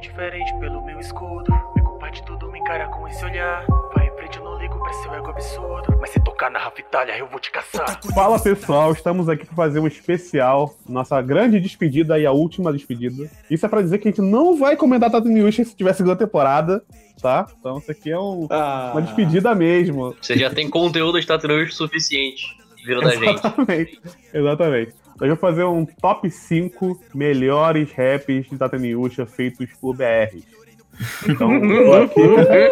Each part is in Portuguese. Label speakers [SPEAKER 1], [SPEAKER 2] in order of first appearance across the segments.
[SPEAKER 1] diferente pelo meu escudo. Me culpar de tudo, me encara com esse olhar. Vai em frente, eu não ligo pra seu ego absurdo. Mas se tocar na Ravitalha, eu vou te caçar.
[SPEAKER 2] Fala pessoal, estamos aqui para fazer um especial, nossa grande despedida e a última despedida. Isso é para dizer que a gente não vai comentar Tata Yushin se tiver segunda temporada, tá? Então isso aqui é um-
[SPEAKER 3] Ah,
[SPEAKER 2] uma despedida mesmo.
[SPEAKER 4] Você já tem conteúdo de tatuagem suficiente. Vira da gente.
[SPEAKER 2] Exatamente. Exatamente. Nós vamos fazer um top 5 melhores raps de Tata Yushin feitos por BRs. Então, tô aqui,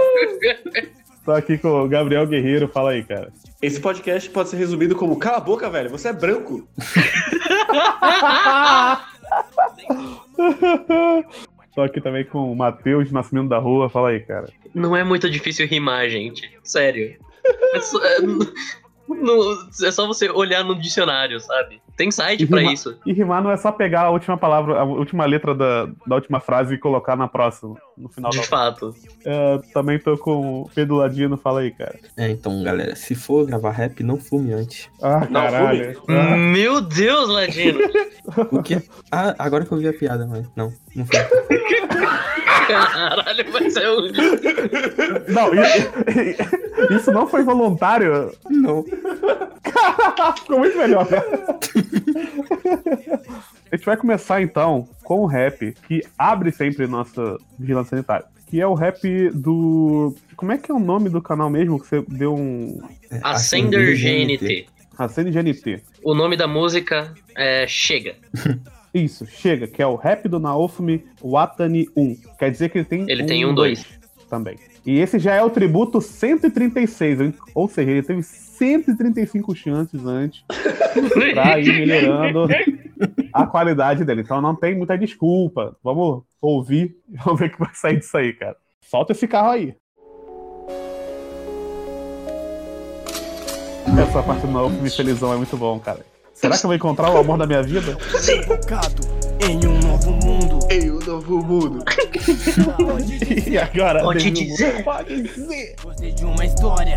[SPEAKER 2] tô aqui com o Gabriel Guerreiro, fala aí, cara.
[SPEAKER 3] Esse podcast pode ser resumido como Cala a boca, velho, você é branco.
[SPEAKER 2] Tô aqui também com o Matheus Nascimento da Rua, fala aí, cara.
[SPEAKER 4] Não é muito difícil rimar, gente. Sério. É só, é, n- no- é só você olhar no dicionário, sabe? Tem site pra
[SPEAKER 2] Rima-
[SPEAKER 4] isso.
[SPEAKER 2] E rimar não é só pegar a última palavra, a última letra da, da última frase e colocar na próxima, no final da.
[SPEAKER 4] De fato.
[SPEAKER 2] É, também tô com o Pedro Ladino, fala aí, cara.
[SPEAKER 5] É, então, galera, se for gravar rap, não fume antes.
[SPEAKER 2] Ah,
[SPEAKER 3] Não,
[SPEAKER 2] caralho. Ah,
[SPEAKER 4] Meu Deus, Ladino.
[SPEAKER 5] O que? Ah, agora que eu vi a piada, mas não, não foi.
[SPEAKER 4] Caralho, mas é um.
[SPEAKER 2] não, i- isso não foi voluntário.
[SPEAKER 5] Não.
[SPEAKER 2] Ficou muito melhor, né? A gente vai começar então com o rap que abre sempre nossa vigilância sanitária. Que é o rap do. Como é que é o nome do canal mesmo? Que você deu um.
[SPEAKER 5] É,
[SPEAKER 4] Ascender GNT.
[SPEAKER 2] Racine GNT.
[SPEAKER 4] O nome da música é Chega.
[SPEAKER 2] Isso, chega, que é o rap do Naofumi Watani 1. Quer dizer que ele tem
[SPEAKER 4] Ele tem um,
[SPEAKER 2] também. E esse já é o tributo 136, hein? ou seja, ele teve 135 chances antes pra ir melhorando a qualidade dele. Então não tem muita desculpa. Vamos ouvir e vamos ver o que vai sair disso aí, cara. Solta esse carro aí. Essa parte do Naofumi Felizão é muito bom, cara. Será que eu vou encontrar o amor da minha vida?
[SPEAKER 6] Focado em um novo mundo.
[SPEAKER 3] Ei, o um novo mundo.
[SPEAKER 2] E agora? um
[SPEAKER 4] Pode
[SPEAKER 2] David
[SPEAKER 4] dizer.
[SPEAKER 2] Moore, Pode dizer.
[SPEAKER 6] Gostei de uma história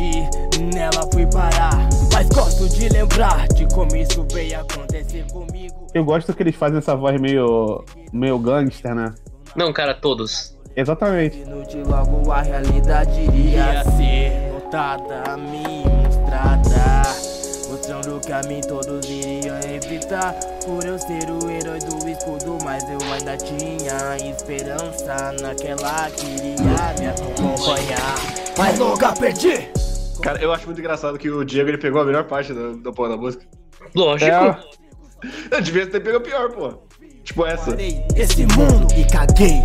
[SPEAKER 6] e nela fui parar. Mas gosto de lembrar de como isso veio acontecer comigo.
[SPEAKER 2] Eu gosto que eles fazem essa voz meio. meio gangster, né?
[SPEAKER 4] Não, cara, todos.
[SPEAKER 2] Exatamente.
[SPEAKER 6] De logo a realidade iria ser notada a mim mostrada. Mostrando o caminho todos iriam evitar. Por eu ser o herói do escudo, mas eu ainda tinha esperança naquela que iria me acompanhar. Mas nunca perdi!
[SPEAKER 3] Cara, eu acho muito engraçado que o Diego ele pegou a melhor parte da, da porra da música.
[SPEAKER 4] Lógico.
[SPEAKER 2] É.
[SPEAKER 3] Eu devia ter pego a pior, pô. Tipo essa.
[SPEAKER 6] Parei esse mundo e caguei.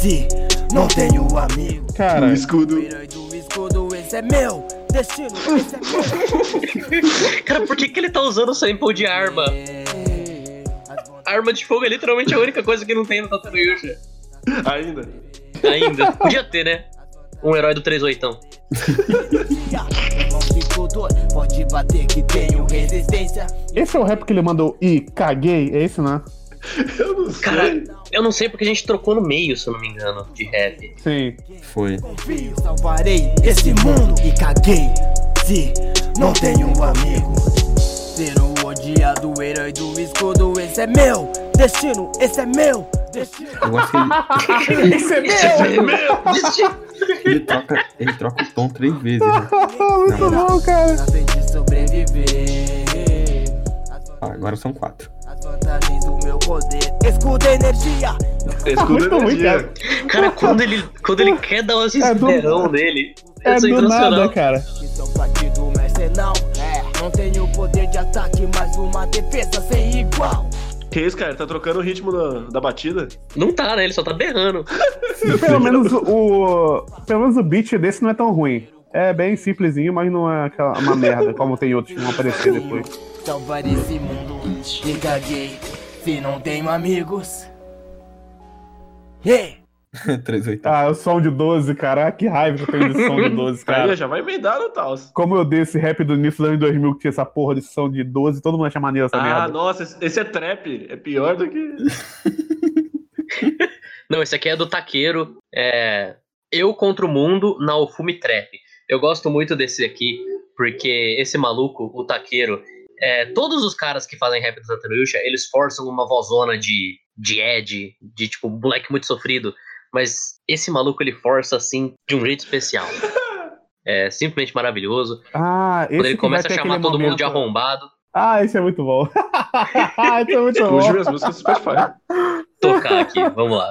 [SPEAKER 6] Se não tenho amigo,
[SPEAKER 3] O
[SPEAKER 2] Cara,
[SPEAKER 3] escudo.
[SPEAKER 6] o herói do escudo, esse é meu destino. Esse é meu.
[SPEAKER 4] Cara, por que, que ele tá usando sample de arma?
[SPEAKER 6] As vontades
[SPEAKER 4] Arma de fogo é literalmente a única coisa que não tem no Tataruja.
[SPEAKER 3] Ainda.
[SPEAKER 4] Ainda. Podia ter, né? Um herói do 38.
[SPEAKER 6] Mão de pudor, pode bater que tenho resistência.
[SPEAKER 2] esse é o rap que ele mandou e caguei, é esse, né?
[SPEAKER 3] Eu não sei.
[SPEAKER 4] Cara, eu não sei porque a gente trocou no meio, se eu não me engano, de rap.
[SPEAKER 2] Sim.
[SPEAKER 5] Foi.
[SPEAKER 6] Confio, salvarei esse mundo e caguei. Se não tenho um amigo, ser o odiado herói do escudo, esse é meu destino. Esse é meu destino.
[SPEAKER 5] Eu gosto que
[SPEAKER 2] Esse é meu!
[SPEAKER 5] ele, ele troca, ele troca o tom três vezes. Né?
[SPEAKER 2] muito Tá bom, cara.
[SPEAKER 6] Cansei de sobreviver. As
[SPEAKER 5] Ah, agora são quatro.
[SPEAKER 6] As vantagens do meu poder, escudo e energia.
[SPEAKER 3] Escudo
[SPEAKER 2] Tá Muito ruim,
[SPEAKER 3] é energia.
[SPEAKER 2] cara.
[SPEAKER 4] Cara, quando ele, quando ele quer dar um
[SPEAKER 2] É do-
[SPEAKER 4] esperão nele,
[SPEAKER 2] É
[SPEAKER 4] é
[SPEAKER 2] do nada,
[SPEAKER 4] sensacional.
[SPEAKER 2] cara.
[SPEAKER 6] Que são partido mercenal. É, não tenho poder de ataque, mas uma defesa sem igual.
[SPEAKER 3] Que isso, cara? Tá trocando o ritmo da, da batida?
[SPEAKER 4] Não tá, né? Ele só tá berrando.
[SPEAKER 2] Pelo menos o. Pelo menos o beat desse não é tão ruim. É bem simplesinho, mas não é aquela, uma merda, como tem outros que vão aparecer depois.
[SPEAKER 6] Salvar esse Então mundo, e caguei. Se não tenho amigos. Ei,
[SPEAKER 5] três oitavos.
[SPEAKER 2] Ah, o som de 12, cara. Ah, Que raiva que eu tenho desse som de 12,
[SPEAKER 3] Cara,
[SPEAKER 2] cara.
[SPEAKER 3] já vai emendar no Taos.
[SPEAKER 2] Como eu dei esse rap do início do ano 2000 que tinha essa porra de som de 12, todo mundo acha maneiro essa merda.
[SPEAKER 3] Ah, nossa, esse- esse é trap. É pior do que.
[SPEAKER 4] Não, esse aqui é do Taqueiro. É. Eu contra o mundo na Ofume Trap. Eu gosto muito desse aqui, porque esse maluco, o Taqueiro, é, todos os caras que fazem rap do Zatarucha, eles forçam uma vozona de, de Ed, de tipo, moleque muito sofrido. Mas esse maluco ele força assim de um jeito especial. É simplesmente maravilhoso.
[SPEAKER 2] Ah, esse
[SPEAKER 4] Quando ele
[SPEAKER 2] que
[SPEAKER 4] começa a
[SPEAKER 2] vai ter
[SPEAKER 4] chamar
[SPEAKER 2] aquele
[SPEAKER 4] todo mundo
[SPEAKER 2] momento-
[SPEAKER 4] de arrombado,
[SPEAKER 2] Ah, esse é muito bom. esse é
[SPEAKER 4] Tipo,
[SPEAKER 2] muito
[SPEAKER 3] Hoje
[SPEAKER 2] bom.
[SPEAKER 3] minhas músicas do Spotify.
[SPEAKER 4] tocar aqui, vamos lá.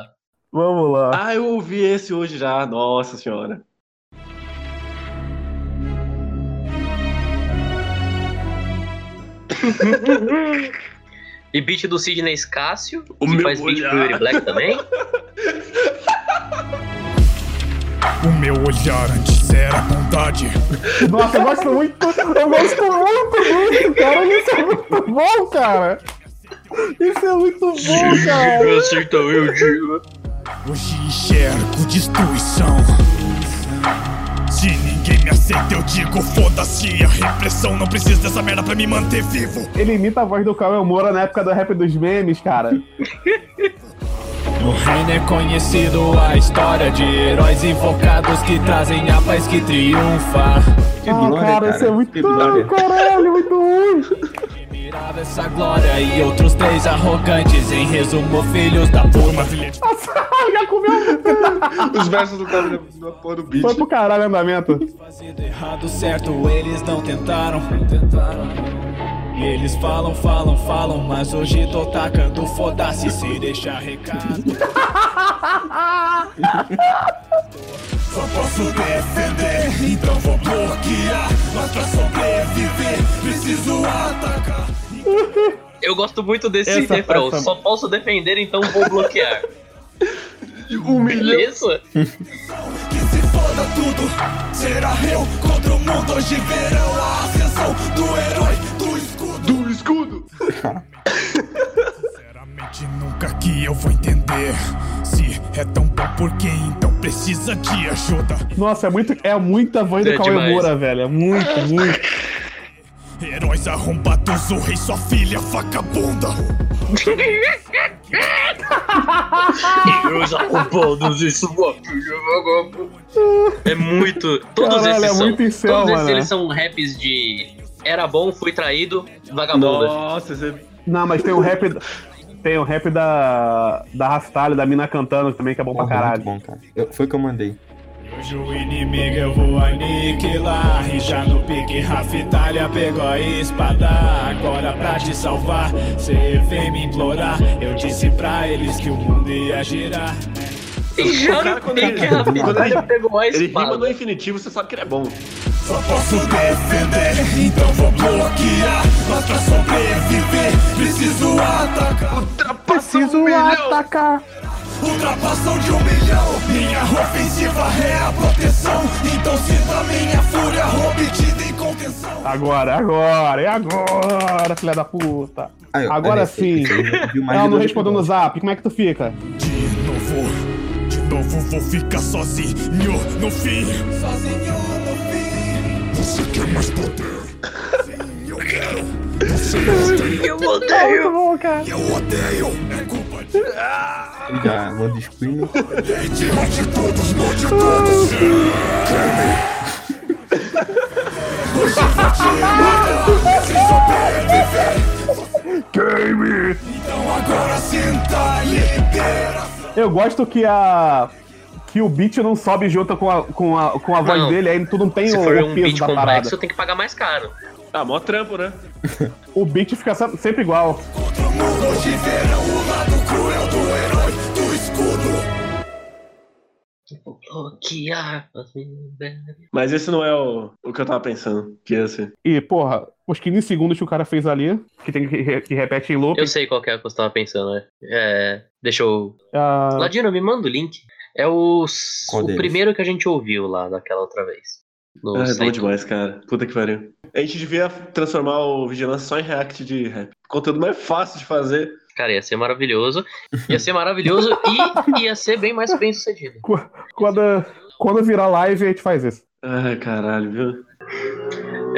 [SPEAKER 2] Vamos lá.
[SPEAKER 3] Ah, eu ouvi esse hoje já. Nossa senhora.
[SPEAKER 4] E beat do Sidney Scássio,
[SPEAKER 3] O
[SPEAKER 4] que
[SPEAKER 3] meu
[SPEAKER 4] faz beat
[SPEAKER 3] olhar.
[SPEAKER 4] pro Yuri Black também.
[SPEAKER 7] O meu olhar antes era bondade.
[SPEAKER 2] Nossa, eu gosto muito. Eu gosto muito disso, cara. Isso é muito bom, cara. Isso é muito bom, cara.
[SPEAKER 4] Acertou, eu digo.
[SPEAKER 7] Hoje enxergo destruição. Se ninguém me aceita, eu digo foda-se. A repressão não precisa dessa merda pra me manter vivo.
[SPEAKER 2] Ele imita a voz do Cauê Moura na época do rap dos memes, cara.
[SPEAKER 8] No reino é conhecido a história de heróis invocados que trazem a paz que triunfa.
[SPEAKER 5] Que
[SPEAKER 2] ah,
[SPEAKER 5] glória,
[SPEAKER 2] cara, isso é
[SPEAKER 5] Que
[SPEAKER 2] muito
[SPEAKER 5] glória.
[SPEAKER 2] bom, caralho, muito bom.
[SPEAKER 8] Admirava essa glória e outros três arrogantes. Em resumo, filhos da
[SPEAKER 7] Uma
[SPEAKER 8] puta.
[SPEAKER 7] trilha de
[SPEAKER 2] Nossa, já comeu.
[SPEAKER 3] Os versos do cara da- da porra do beat.
[SPEAKER 2] Foi pro caralho andamento.
[SPEAKER 8] Fazendo errado, certo, eles não tentaram. E eles falam, falam, falam, mas hoje tô tacando foda-se se deixar recado.
[SPEAKER 7] Só posso defender, então vou bloquear. Mas pra sobreviver, preciso atacar.
[SPEAKER 4] Eu gosto muito desse
[SPEAKER 2] Essa
[SPEAKER 4] refrão.
[SPEAKER 2] peça-
[SPEAKER 4] Só posso defender, então vou bloquear.
[SPEAKER 3] Um milhão.
[SPEAKER 4] Beleza?
[SPEAKER 7] Que se foda tudo, será eu contra o mundo. Hoje verão a ascensão do herói do escudo.
[SPEAKER 3] Do escudo.
[SPEAKER 7] Sinceramente, nunca que eu vou entender. Se é tão bom, por que então precisa de ajuda?
[SPEAKER 2] Nossa, é, muito, é muita voz do
[SPEAKER 4] É
[SPEAKER 2] Cauê
[SPEAKER 4] demais.
[SPEAKER 2] Moura, velho. É muito, muito.
[SPEAKER 7] Heróis arrombados, o rei, sua filha, vagabunda.
[SPEAKER 4] Heróis arrombados e sua filha vagabunda. É muito. Todos
[SPEAKER 2] Caralho,
[SPEAKER 4] esses
[SPEAKER 2] é
[SPEAKER 4] são.
[SPEAKER 2] muito incel,
[SPEAKER 4] todos esses
[SPEAKER 2] mano.
[SPEAKER 4] eles são raps de. Era bom, fui traído, vagabunda.
[SPEAKER 3] Nossa, é- você.
[SPEAKER 2] Não, mas tem o rap. Tem o rap da. Da Rastalho, da mina cantando também, que é bom pra
[SPEAKER 5] Porra, muito
[SPEAKER 2] caralho.
[SPEAKER 5] bom, cara. Eu- foi o que eu mandei.
[SPEAKER 8] Hoje o inimigo eu vou aniquilar E já no pique Rafa Itália pegou a espada Agora pra te salvar, cê vem me implorar Eu disse pra eles que o mundo ia girar
[SPEAKER 4] E já
[SPEAKER 3] O cara,
[SPEAKER 4] não
[SPEAKER 3] quando
[SPEAKER 4] tem
[SPEAKER 3] ele-
[SPEAKER 4] que a
[SPEAKER 3] quando ele-
[SPEAKER 4] rapidez pegou a
[SPEAKER 3] Ele rima no
[SPEAKER 4] espada.
[SPEAKER 3] infinitivo, você sabe que ele é bom.
[SPEAKER 7] Só posso defender, então vou bloquear. Mas pra sobreviver, preciso atacar.
[SPEAKER 3] Ultrapassa
[SPEAKER 2] Preciso
[SPEAKER 3] um milhão.
[SPEAKER 2] atacar.
[SPEAKER 7] Ultrapassam de um milhão. Minha ofensiva é a proteção. Então sinta minha fúria, obtida em contenção.
[SPEAKER 2] Agora, agora, e agora, filha da puta.
[SPEAKER 5] Ah, eu-
[SPEAKER 2] agora
[SPEAKER 5] esse-
[SPEAKER 2] sim.
[SPEAKER 5] esse aí eu vi mais
[SPEAKER 2] Ela
[SPEAKER 5] de
[SPEAKER 2] não
[SPEAKER 5] dois
[SPEAKER 2] respondeu no
[SPEAKER 5] minutos.
[SPEAKER 2] zap, como é que tu fica?
[SPEAKER 7] De novo, de novo vou ficar sozinho no fim. Sozinho no fim. Você quer mais poder? Sim, eu quero. Você odeia,
[SPEAKER 4] Eu
[SPEAKER 3] um
[SPEAKER 4] odeio.
[SPEAKER 7] eu odeio. É culpa de.
[SPEAKER 5] Já, manda screen.
[SPEAKER 7] Gente, mate todos, mate todos. Creme. Hoje vou te matar. Se sobreviver. Game. Então agora sinta a liberação.
[SPEAKER 2] Eu gosto que a. Que o beat não sobe junto com a, com a, com a voz
[SPEAKER 4] Não.
[SPEAKER 2] dele, aí tu não tem
[SPEAKER 4] Se
[SPEAKER 2] o,
[SPEAKER 4] for
[SPEAKER 2] o
[SPEAKER 4] um
[SPEAKER 2] peso
[SPEAKER 4] beat
[SPEAKER 2] da parada.
[SPEAKER 4] complexo, tem que pagar mais caro.
[SPEAKER 3] Ah, mó trampo, né?
[SPEAKER 2] O beat fica se- sempre igual.
[SPEAKER 7] Todo mundo hoje verá o lado cruel do herói do escudo.
[SPEAKER 4] Bloquear as minhas-
[SPEAKER 3] Mas esse não é o, o que eu tava pensando. Que ia ser.
[SPEAKER 2] E, porra, os 15 segundos que o cara fez ali, que tem que, re- que repete em loop.
[SPEAKER 4] Eu sei qual que é o que você tava pensando, né? É, deixa eu.
[SPEAKER 2] ah,
[SPEAKER 4] Ladino, me manda o link. É o, s-
[SPEAKER 5] Qual
[SPEAKER 4] o
[SPEAKER 5] deles?
[SPEAKER 4] primeiro que a gente ouviu lá daquela outra vez. No
[SPEAKER 3] Ah, é bom
[SPEAKER 4] site.
[SPEAKER 3] demais, cara. Puta que pariu. A gente devia transformar o Vigilância só em react de rap. Conteúdo mais fácil de fazer.
[SPEAKER 4] Cara, ia ser maravilhoso. Ia ser maravilhoso e ia ser bem mais bem sucedido.
[SPEAKER 2] quando, quando virar live, a gente faz isso.
[SPEAKER 3] Ai, Ah, caralho, viu?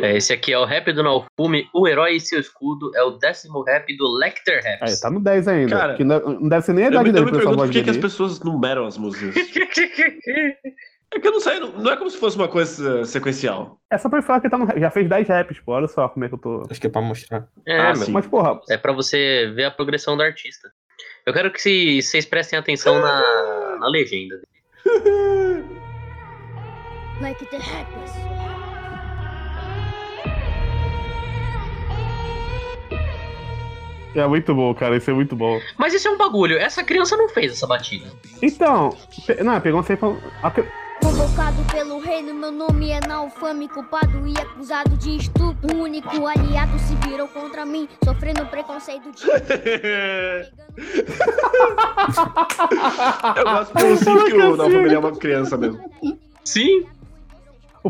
[SPEAKER 4] É, esse aqui é o rap do Nalfume, O Herói e Seu Escudo. É o décimo rap do Lecter
[SPEAKER 2] Aí,
[SPEAKER 4] Raps.
[SPEAKER 2] tá no 10 ainda.
[SPEAKER 3] Cara,
[SPEAKER 2] que não, não deve ser nem a
[SPEAKER 3] Eu,
[SPEAKER 2] idade
[SPEAKER 3] me- eu
[SPEAKER 2] dele
[SPEAKER 3] me
[SPEAKER 2] pra essa
[SPEAKER 3] pergunto
[SPEAKER 2] voz
[SPEAKER 3] por que, que as
[SPEAKER 2] dele.
[SPEAKER 3] pessoas numeram as músicas. É que eu não sei, não, não é como se fosse uma coisa sequencial.
[SPEAKER 2] É só pra falar que tá no... já fez 10 raps, pô. Olha só como é que eu tô.
[SPEAKER 5] Acho que é pra mostrar.
[SPEAKER 4] É,
[SPEAKER 3] Ah,
[SPEAKER 4] meu.
[SPEAKER 3] sim.
[SPEAKER 2] Mas, porra,
[SPEAKER 4] É pra você ver a progressão do artista. Eu quero que se- vocês prestem atenção na, na legenda.
[SPEAKER 9] like it to happens.
[SPEAKER 2] é muito bom, cara. Isso é muito bom.
[SPEAKER 4] Mas isso é um bagulho. Essa criança não fez essa batida.
[SPEAKER 2] Então, pe- não, pegou você falando.
[SPEAKER 9] Convocado pelo reino, meu nome é Naufame, culpado e acusado de estupro. O único aliado se virou contra mim, sofrendo preconceito de.
[SPEAKER 3] Eu gosto pelo sim que o Nova Família é uma criança mesmo.
[SPEAKER 4] Sim.
[SPEAKER 2] O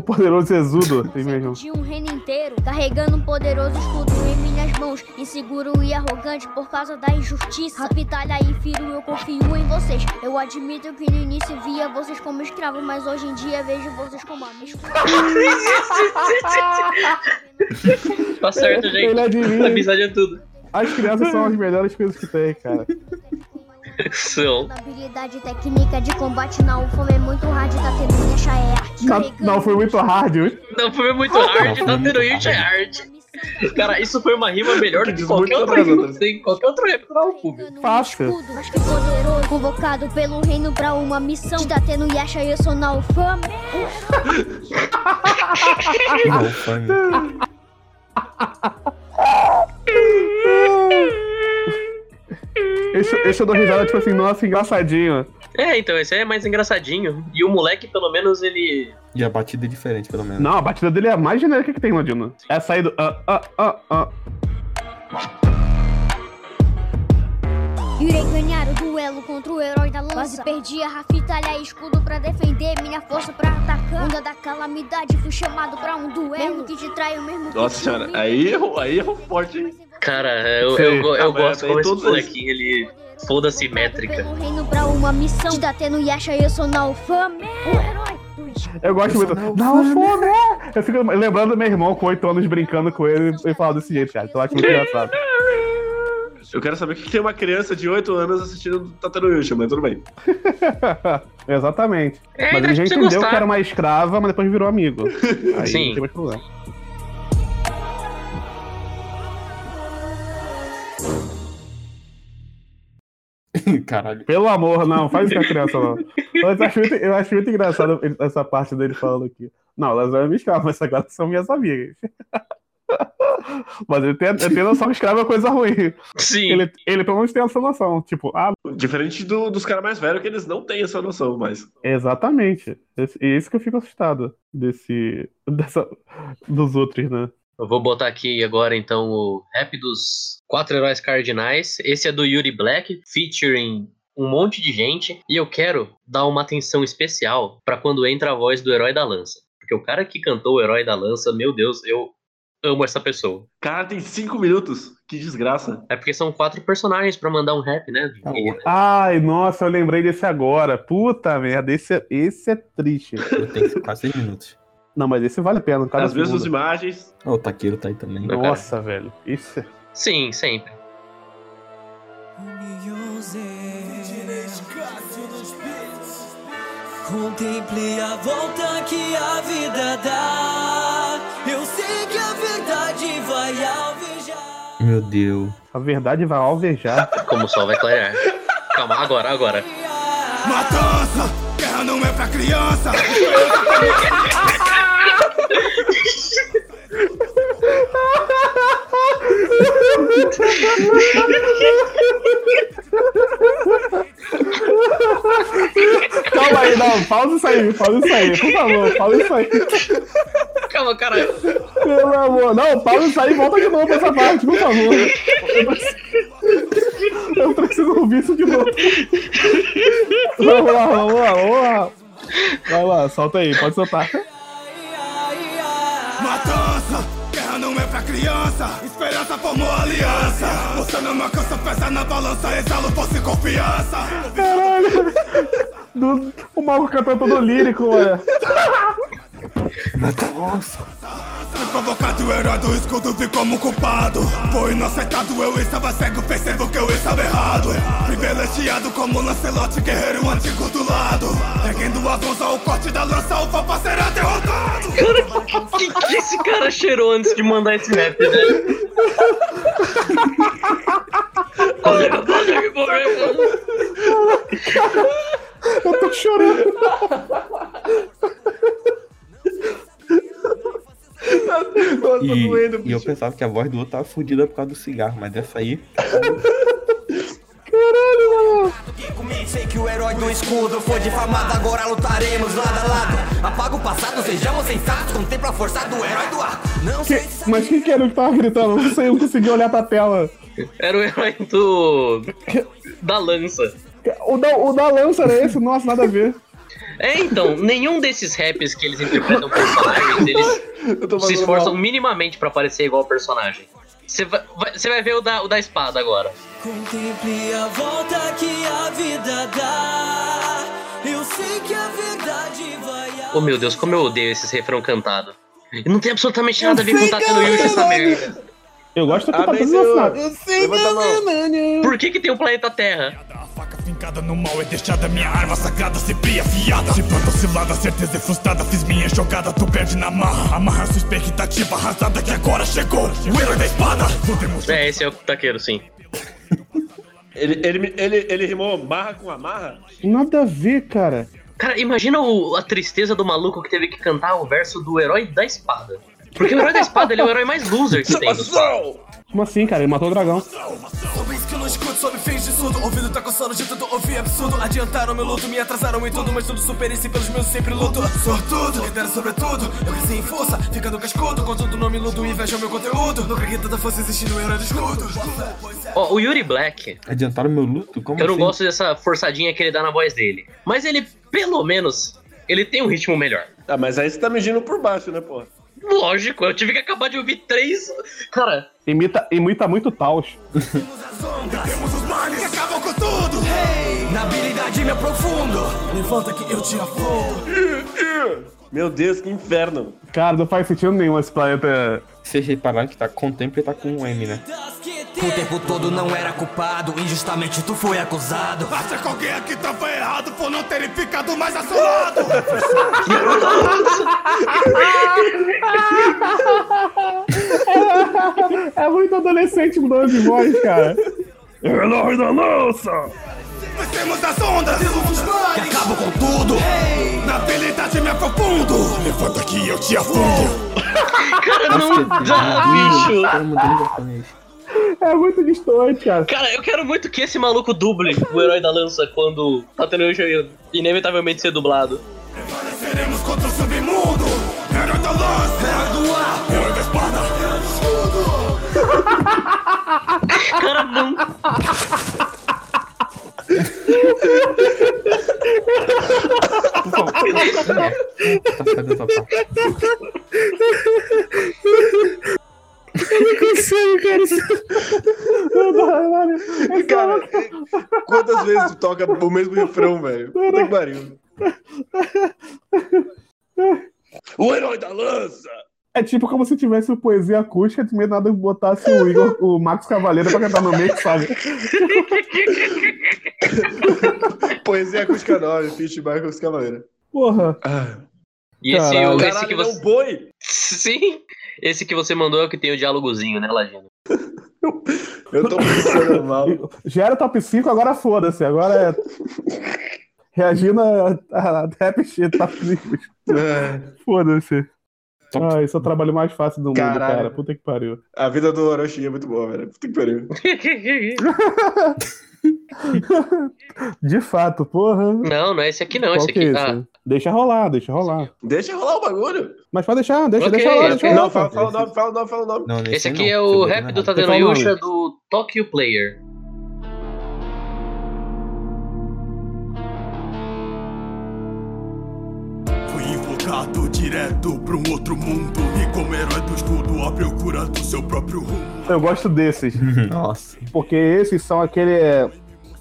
[SPEAKER 2] poderoso Exudo. Tem mesmo.
[SPEAKER 9] de um reino inteiro, carregando um poderoso escudo em minhas mãos, inseguro e arrogante por causa da injustiça. Rapitalha e filho, eu confio em vocês. Eu admito que no início via vocês como escravos, mas hoje em dia vejo vocês como amigos.
[SPEAKER 4] Tá certo, gente.
[SPEAKER 2] Ele admira.
[SPEAKER 4] A amizade é tudo.
[SPEAKER 2] As crianças são as melhores coisas que tem, cara.
[SPEAKER 4] São.
[SPEAKER 9] Habilidade técnica de combate na UFOM é muito hard, tá tendo que deixar é arte.
[SPEAKER 2] Não, Tá, não, foi muito hard. hein?
[SPEAKER 4] Não, foi muito hard.
[SPEAKER 5] foi
[SPEAKER 4] Tá
[SPEAKER 5] muito
[SPEAKER 4] tendo hit é arte. Cara, isso foi uma rima melhor do que
[SPEAKER 3] Diz
[SPEAKER 4] qualquer
[SPEAKER 3] muito
[SPEAKER 4] outra
[SPEAKER 3] sobre as
[SPEAKER 4] rima.
[SPEAKER 3] outras.
[SPEAKER 4] que Tem qualquer outro rap
[SPEAKER 3] é
[SPEAKER 4] do público.
[SPEAKER 2] Fácil.
[SPEAKER 9] Escudo, Mas que poderoso, convocado pelo reino pra uma missão. Te datendo Yasha, eu sou na UFOM.
[SPEAKER 5] Não, é um fã.
[SPEAKER 2] Esse, esse eu dou risada, tipo assim, nossa, engraçadinho.
[SPEAKER 4] É, então, esse aí é mais engraçadinho. E o moleque, pelo menos, ele.
[SPEAKER 5] E a batida é diferente, pelo menos.
[SPEAKER 2] Não, a batida dele é a mais genérica que tem, Ladino. É a saída. Ah, ah, ah, ah.
[SPEAKER 9] Irei ganhar o duelo contra o herói da lança. Quase perdi a rafitalha e escudo pra defender minha força pra atacar. Onda da calamidade, fui chamado pra um duelo. Mesmo que te traio, mesmo que
[SPEAKER 3] Nossa
[SPEAKER 9] te
[SPEAKER 3] senhora,
[SPEAKER 9] humilhe.
[SPEAKER 3] aí errou, aí errou forte, hein?
[SPEAKER 4] Cara, eu,
[SPEAKER 2] Sei.
[SPEAKER 4] eu, go- eu
[SPEAKER 3] Ah, mas
[SPEAKER 4] gosto
[SPEAKER 3] tem
[SPEAKER 4] como esse
[SPEAKER 3] todos
[SPEAKER 4] molequinho, ele. Foda-se, métrica.
[SPEAKER 9] Pelo reino pra uma missão. Te datendo Yasha, eu sou na UFAM. O herói do
[SPEAKER 2] Eu gosto muito. Não, fome! é! Eu fico lembrando do meu irmão com 8 anos brincando com ele e falando desse jeito, cara. Então eu acho muito engraçado.
[SPEAKER 3] Eu quero saber o que que tem uma criança de 8 anos assistindo Tataruixa, mas tudo bem.
[SPEAKER 2] Exatamente.
[SPEAKER 4] É,
[SPEAKER 2] Mas
[SPEAKER 4] ainda
[SPEAKER 2] ele já
[SPEAKER 4] pra você
[SPEAKER 2] entendeu que era
[SPEAKER 4] gostar.
[SPEAKER 2] uma escrava, mas depois virou amigo. Aí não
[SPEAKER 4] Sim.
[SPEAKER 2] tem mais problema.
[SPEAKER 5] Caralho.
[SPEAKER 2] Pelo amor, não, faz isso com a criança, não. Mas eu acho muito, eu acho muito engraçado ele- essa parte dele falando aqui. Não, elas eram minhas escravas, mas agora são minhas amigas. Mas ele tem, ele tem noção que escravo é coisa ruim.
[SPEAKER 4] Sim.
[SPEAKER 2] Ele, ele pelo menos tem essa noção. Tipo, ah,
[SPEAKER 3] Diferente do- dos caras mais velhos, que eles não têm essa noção, mas.
[SPEAKER 2] exatamente. Esse- E é isso que eu fico assustado desse. Dessa, dos outros, né?
[SPEAKER 4] Eu vou botar aqui agora então o rap dos quatro heróis cardinais. Esse é do Yuri Black, featuring um monte de gente. E eu quero dar uma atenção especial pra quando entra a voz do herói da lança. Porque o cara que cantou o herói da lança, meu Deus, eu amo essa pessoa.
[SPEAKER 3] Cara, tem 5 minutos. Que desgraça.
[SPEAKER 4] É porque são quatro personagens pra mandar um rap, né?
[SPEAKER 5] Tá
[SPEAKER 4] E-
[SPEAKER 5] louco.
[SPEAKER 2] Ai, nossa, eu lembrei desse agora. Puta merda, esse, é- esse é triste.
[SPEAKER 5] Eu tenho quase 6 minutos.
[SPEAKER 2] Não, mas esse vale a pena. Cada
[SPEAKER 3] Às vezes as
[SPEAKER 2] segundo.
[SPEAKER 3] imagens.
[SPEAKER 5] Ó, o Taqueiro tá aí também.
[SPEAKER 4] Não.
[SPEAKER 2] Nossa, velho. Isso é.
[SPEAKER 4] Sim, sempre.
[SPEAKER 6] Contemplei a volta que a vida dá. Eu sei que a verdade vai alvejar.
[SPEAKER 5] Meu Deus.
[SPEAKER 2] A verdade vai alvejar.
[SPEAKER 4] Como o sol vai clarear. Calma, agora, agora.
[SPEAKER 7] Matança! Guerra não é pra criança!
[SPEAKER 2] Calma aí, não, pausa isso aí, pausa isso aí, por favor, pausa isso aí.
[SPEAKER 4] Calma, caralho.
[SPEAKER 2] Pelo amor, não, pausa isso aí e volta de novo pra essa parte, por favor. Eu preciso- Eu preciso ouvir isso de novo. Vamos lá, vamos lá, vamos lá. Vai lá, solta aí, pode soltar.
[SPEAKER 7] Matança! Guerra não é pra criança! Esperança formou aliança! Você não me alcança, pesa na balança, exalo fosse confiança!
[SPEAKER 2] Caralho. Do- o maluco cantando todo lírico, mano.
[SPEAKER 5] Mata onça.
[SPEAKER 7] Matança! Fui provocado, eu era do escudo, vi como culpado Foi inocentado, eu estava cego, percebo que eu estava errado Privilegiado como Lancelote, guerreiro antigo do lado Erguendo as mãos ao corte da lança, o Papa será derrotado
[SPEAKER 4] O que, que esse cara cheirou antes de mandar esse rap, né? velho? Olha, olha que momento.
[SPEAKER 2] Eu tô chorando.
[SPEAKER 3] Nossa,
[SPEAKER 5] E,
[SPEAKER 3] tá
[SPEAKER 5] e
[SPEAKER 3] doendo,
[SPEAKER 5] eu
[SPEAKER 3] bicho.
[SPEAKER 5] pensava que a voz do outro tava fudida por causa do cigarro, mas essa aí.
[SPEAKER 10] Fiquei comigo, sei que o herói do escudo foi difamado, agora lutaremos lado a lado. Apaga o passado, sejamos sensatos, contempla a força do herói do arco. Não sei se
[SPEAKER 2] Mas quem que era que tava gritando? Eu Não sei, eu não consegui olhar pra tela.
[SPEAKER 4] Era o herói do. da lança.
[SPEAKER 2] O da, o da lança era esse? Nossa, nada a ver.
[SPEAKER 4] É, então, nenhum desses raps que eles interpretam personagens, eles
[SPEAKER 3] Eu tô
[SPEAKER 4] se
[SPEAKER 3] passando
[SPEAKER 4] esforçam
[SPEAKER 3] mal.
[SPEAKER 4] minimamente pra parecer igual ao personagem. Você vai, vai- você vai ver o da, o da espada agora.
[SPEAKER 10] Contemple a volta que a vida dá. Eu sei que a verdade vai.
[SPEAKER 4] Oh meu Deus, como eu odeio esses refrão cantado. E Não tem absolutamente nada a ver com o Tateno Yuji essa merda.
[SPEAKER 2] Eu gosto que tá
[SPEAKER 3] Ah, bem,
[SPEAKER 2] tudo
[SPEAKER 3] senhor.
[SPEAKER 2] lançado.
[SPEAKER 3] Levanta a mão.
[SPEAKER 4] Por que, que tem o planeta Terra?
[SPEAKER 7] A faca fincada no mal é deixada, minha arma sagrada sempre afiada. De planta oscilada, certeza é frustrada, fiz minha jogada, tu perde na marra. Amarra sua expectativa arrasada que agora chegou, o herói da espada. Vou demonstrar.
[SPEAKER 4] É, esse é o Taqueiro, sim.
[SPEAKER 3] Ele, ele, me- ele, ele rimou marra com amarra?
[SPEAKER 2] Nada a ver, cara.
[SPEAKER 4] Cara, imagina o- a tristeza do maluco que teve que cantar o verso do herói da espada. Porque o herói da espada ele é o herói mais loser que tem. dos quatro.
[SPEAKER 2] Como assim, cara? Ele matou o dragão.
[SPEAKER 10] Soube isso que eu não escuto, soube fez de surdo. Ouvido tá coçando de tudo, ouvi absurdo. Adiantaram meu luto, me atrasaram em tudo, mas tudo superei-se pelos meus sempre luto. Sortudo, quem dera sobretudo. Eu cresci em força, ficando cascudo. Contudo, não me iludo, inveja meu conteúdo. Nunca que tanta força existindo, eu era do escudo.
[SPEAKER 4] Ó, o Yuri Black,
[SPEAKER 5] Adiantaram meu luto? Como
[SPEAKER 4] eu não
[SPEAKER 5] assim?
[SPEAKER 4] gosto dessa forçadinha que ele dá na voz dele. Mas ele, pelo menos, ele tem um ritmo melhor.
[SPEAKER 3] Ah, mas aí você tá medindo por baixo, né, pô?
[SPEAKER 4] Lógico, eu tive que acabar de ouvir três. Cara,
[SPEAKER 2] Imita, imita muito Taos.
[SPEAKER 7] Temos os males que acabam com tudo.
[SPEAKER 10] Na habilidade me aprofundo. Levanta que eu te afogo.
[SPEAKER 3] Meu Deus, que inferno.
[SPEAKER 2] Cara, não faz sentido nenhum esse planeta.
[SPEAKER 5] Vocês repararam que tá contempla e tá com um M, né?
[SPEAKER 10] O tempo todo não era culpado, injustamente tu foi acusado.
[SPEAKER 7] Acha que alguém aqui tava errado por não terem ficado mais a seu lado.
[SPEAKER 2] É muito adolescente mudando de voz, cara.
[SPEAKER 7] Herói da lança. Vencemos as ondas. Temos os males que acabam com tudo. Na habilidade me aprofundo. Levanta que eu te afundo.
[SPEAKER 4] cara, não dá, bicho.
[SPEAKER 5] Tá mudando em japonês.
[SPEAKER 2] É muito distante, cara.
[SPEAKER 4] Cara, eu quero muito que esse maluco duble o herói da lança quando tá um Tatanoujo inevitavelmente ser dublado.
[SPEAKER 7] Seremos contra o submundo. Herói da lança. Herói do ar. Herói da espada. Herói do escudo.
[SPEAKER 4] Cara, não.
[SPEAKER 5] Por favor. É, tá saindo essa parte.
[SPEAKER 2] é É
[SPEAKER 3] Cara, quantas vezes tu toca o mesmo refrão, velho? Puta que pariu. O herói da lança!
[SPEAKER 2] É tipo como se tivesse uma poesia acústica de meio do nada botasse o Igor, o Max Cavaleiro pra cantar no meio, sabe?
[SPEAKER 3] Poesia acústica 9, Fish Michaels Cavaleiro.
[SPEAKER 2] Porra.
[SPEAKER 3] Ah,
[SPEAKER 4] E esse,
[SPEAKER 2] Caralho.
[SPEAKER 4] esse
[SPEAKER 3] caralho,
[SPEAKER 4] que
[SPEAKER 3] ele é
[SPEAKER 4] você.
[SPEAKER 3] um boi!
[SPEAKER 4] Sim! Esse que você mandou é o que tem o diálogozinho, né, Ladino?
[SPEAKER 3] Eu tô pensando mal.
[SPEAKER 2] Já era top 5, agora foda-se. Agora é. Reagindo a, a, a rap shit, top 5.
[SPEAKER 3] É,
[SPEAKER 2] Foda-se.
[SPEAKER 5] Top-
[SPEAKER 2] Ah, esse é o trabalho mais fácil do mundo,
[SPEAKER 3] Caralho.
[SPEAKER 2] cara. Puta que pariu.
[SPEAKER 3] A vida do Orochi é muito boa, velho. Puta que pariu.
[SPEAKER 2] De fato, porra.
[SPEAKER 4] não, não é esse aqui não,
[SPEAKER 2] Qual
[SPEAKER 4] esse
[SPEAKER 2] que
[SPEAKER 4] aqui.
[SPEAKER 2] é esse?
[SPEAKER 4] Ah,
[SPEAKER 2] Deixa rolar, deixa rolar.
[SPEAKER 3] Deixa rolar o bagulho.
[SPEAKER 2] Mas pode deixar, deixa,
[SPEAKER 4] Ok,
[SPEAKER 2] deixa rolar,
[SPEAKER 4] ok.
[SPEAKER 2] deixa rolar.
[SPEAKER 3] Não,
[SPEAKER 2] pô.
[SPEAKER 3] fala, fala o nome, fala o nome, fala o nome.
[SPEAKER 5] Não, nesse
[SPEAKER 4] esse
[SPEAKER 5] aí não,
[SPEAKER 4] aqui é
[SPEAKER 5] você
[SPEAKER 4] o
[SPEAKER 5] botou
[SPEAKER 4] rap do
[SPEAKER 5] errado.
[SPEAKER 2] Você
[SPEAKER 4] Tadano
[SPEAKER 2] falou
[SPEAKER 4] Yusha
[SPEAKER 2] onde?
[SPEAKER 4] do Tokyo Player.
[SPEAKER 7] Fui invocado direto pra um outro mundo. E como herói do escudo, a procura do seu próprio rumo.
[SPEAKER 2] Eu gosto desses,
[SPEAKER 5] Nossa.
[SPEAKER 2] porque esses são aquele.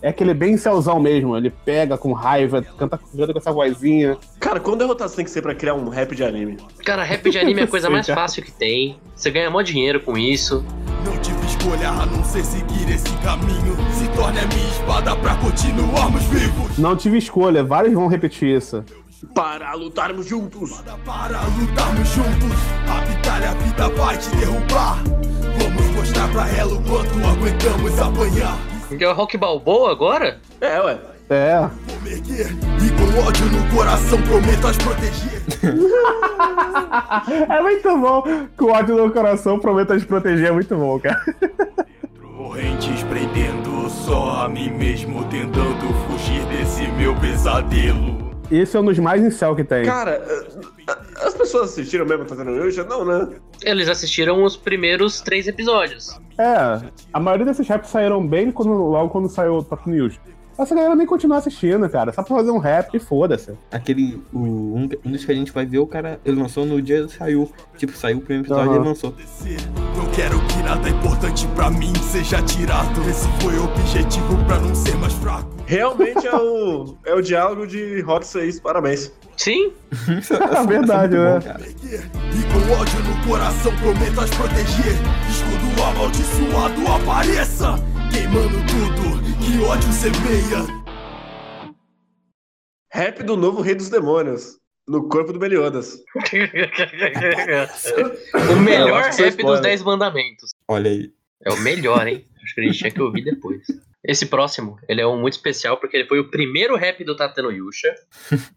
[SPEAKER 2] É aquele bem Celzão mesmo. Ele pega com raiva, canta canta com essa vozinha.
[SPEAKER 3] Cara, quando derrotar você tem que ser pra criar um rap de anime?
[SPEAKER 4] Cara, rap de anime é a coisa
[SPEAKER 2] Sei,
[SPEAKER 4] mais
[SPEAKER 2] cara.
[SPEAKER 4] fácil que tem. Você ganha mó dinheiro com isso.
[SPEAKER 7] Não tive escolha a não ser seguir esse caminho. Se torne a minha espada pra continuarmos vivos.
[SPEAKER 2] Não tive escolha, vários vão repetir isso.
[SPEAKER 3] Para lutarmos juntos.
[SPEAKER 7] Para lutarmos juntos, a batalha a vida vai te derrubar. Vamos mostrar pra ela o quanto aguentamos apanhar.
[SPEAKER 4] É o Rock Balboa agora?
[SPEAKER 3] É, ué.
[SPEAKER 2] É.
[SPEAKER 7] Vou me erguer e com ódio no coração prometo as proteger.
[SPEAKER 2] É muito bom. Com ódio no coração, prometo te proteger. É muito bom, cara.
[SPEAKER 7] Correntes prendendo só a mim mesmo, tentando fugir desse meu pesadelo.
[SPEAKER 2] Esse é um dos mais incel que tem.
[SPEAKER 3] Cara, a- a- as pessoas assistiram mesmo Tatano Yusha? Não, né?
[SPEAKER 4] Eles assistiram os primeiros três episódios.
[SPEAKER 2] É, a maioria desses raps saíram bem quando, logo quando saiu o Top News. Essa galera nem continua assistindo, cara. Só pra fazer um rap e foda-se.
[SPEAKER 5] Aquele. O, um, um dos que a gente vai ver, o cara. Ele lançou no dia que saiu. Tipo, saiu o primeiro episódio e
[SPEAKER 2] Aham.
[SPEAKER 5] ele lançou.
[SPEAKER 7] Não quero que nada importante pra mim seja tirado. Esse foi o objetivo pra não ser mais fraco.
[SPEAKER 3] Realmente é o, é o diálogo de Rock 6, parabéns.
[SPEAKER 4] Sim,
[SPEAKER 5] Isso é- isso é
[SPEAKER 2] verdade,
[SPEAKER 5] muito
[SPEAKER 2] né?
[SPEAKER 5] cara.
[SPEAKER 7] E com ódio no coração prometo as proteger Escudo amaldiçoado apareça Queimando tudo que ódio semeia
[SPEAKER 3] Rap do novo Rei dos Demônios. No corpo do Meliodas.
[SPEAKER 4] o melhor
[SPEAKER 3] acho que foi
[SPEAKER 4] rap dos
[SPEAKER 3] spoiler.
[SPEAKER 4] Dez Mandamentos.
[SPEAKER 5] Olha aí.
[SPEAKER 4] É o melhor, hein? Acho que a gente tinha que ouvir depois. Esse próximo, ele é um muito especial porque ele foi o primeiro rap do Tatano Yusha.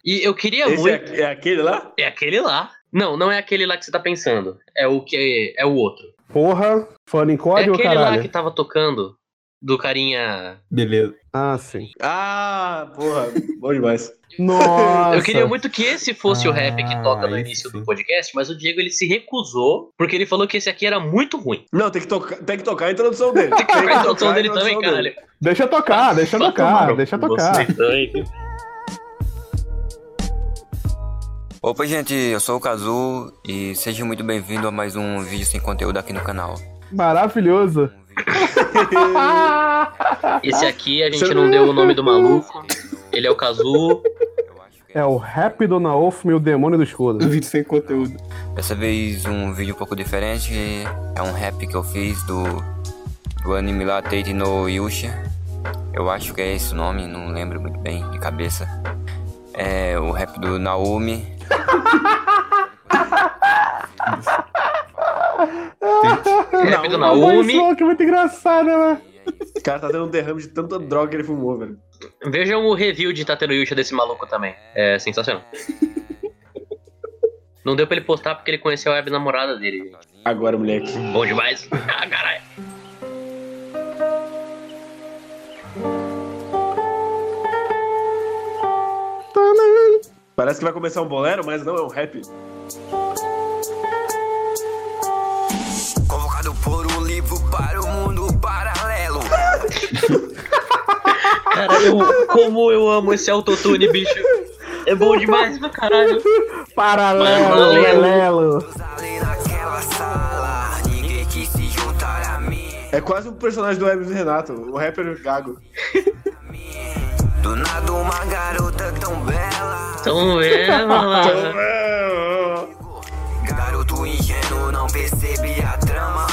[SPEAKER 4] E eu queria
[SPEAKER 3] Esse
[SPEAKER 4] muito.
[SPEAKER 3] é, é aquele lá?
[SPEAKER 4] É... aquele lá. Não, não é aquele lá que você tá pensando. É o que é o outro.
[SPEAKER 2] Porra, fã em
[SPEAKER 4] É
[SPEAKER 2] código,
[SPEAKER 4] aquele lá
[SPEAKER 2] caralho?
[SPEAKER 4] que tava tocando do carinha.
[SPEAKER 5] Beleza.
[SPEAKER 2] Ah, sim.
[SPEAKER 3] Ah, porra, bom demais.
[SPEAKER 2] Nossa.
[SPEAKER 4] Eu queria muito que esse fosse o rap que
[SPEAKER 5] Ah,
[SPEAKER 4] toca no
[SPEAKER 5] esse
[SPEAKER 4] início do
[SPEAKER 5] sim.
[SPEAKER 4] podcast, mas o Diego ele se recusou porque ele falou que esse aqui era muito ruim.
[SPEAKER 3] Não, tem que, tocar, tem que tocar a introdução dele. Tem que
[SPEAKER 4] A introdução dele também,
[SPEAKER 3] introdução dele.
[SPEAKER 4] caralho.
[SPEAKER 2] Deixa eu tocar, deixa eu
[SPEAKER 4] Vai tomar
[SPEAKER 2] tocar,
[SPEAKER 4] no
[SPEAKER 2] deixa eu
[SPEAKER 4] cu,
[SPEAKER 2] tocar.
[SPEAKER 4] você também.
[SPEAKER 11] Opa, gente, eu sou o Kazu e seja muito bem-vindo a mais um vídeo sem conteúdo aqui no canal.
[SPEAKER 2] Maravilhoso.
[SPEAKER 11] Um vídeo
[SPEAKER 2] Ah,
[SPEAKER 4] Esse aqui a gente não deu o nome do maluco. Ele é o Kazu.
[SPEAKER 11] eu acho que
[SPEAKER 2] É o rap do Naof e o demônio do escudo.
[SPEAKER 5] Um vídeo sem conteúdo.
[SPEAKER 11] Dessa vez um vídeo um pouco diferente. É um rap que eu fiz do, do anime lá Teite no Yusha. Eu acho que é esse o nome, não lembro muito bem de cabeça. É o rap do Naomi.
[SPEAKER 4] Rap do
[SPEAKER 2] Ah, mas
[SPEAKER 4] Naomi.
[SPEAKER 2] isso, que muito engraçado, né?
[SPEAKER 3] O cara tá dando um derrame de tanta droga que ele fumou, velho.
[SPEAKER 4] Vejam o review de Tateno Yusha desse maluco também. É sensacional. Não deu pra ele postar porque ele conheceu a web namorada dele. gente.
[SPEAKER 3] Agora, moleque.
[SPEAKER 4] Bom demais. Ah, caralho.
[SPEAKER 3] Parece que vai começar um bolero, mas não é um rap.
[SPEAKER 11] Convocado por um livro para o mundo paralelo.
[SPEAKER 4] Caralho, eu- como eu amo esse autotune, bicho. É bom demais pra caralho.
[SPEAKER 2] Paralelo,
[SPEAKER 4] Paralelo.
[SPEAKER 2] paralelo.
[SPEAKER 11] Ali naquela sala, ninguém quis se juntar a mim.
[SPEAKER 3] É quase um personagem do Hermes e Renato, o rapper Gago.
[SPEAKER 11] Do nada uma garota tão bela.
[SPEAKER 4] Então é, mano.
[SPEAKER 11] Garoto ingênuo não percebe a trama.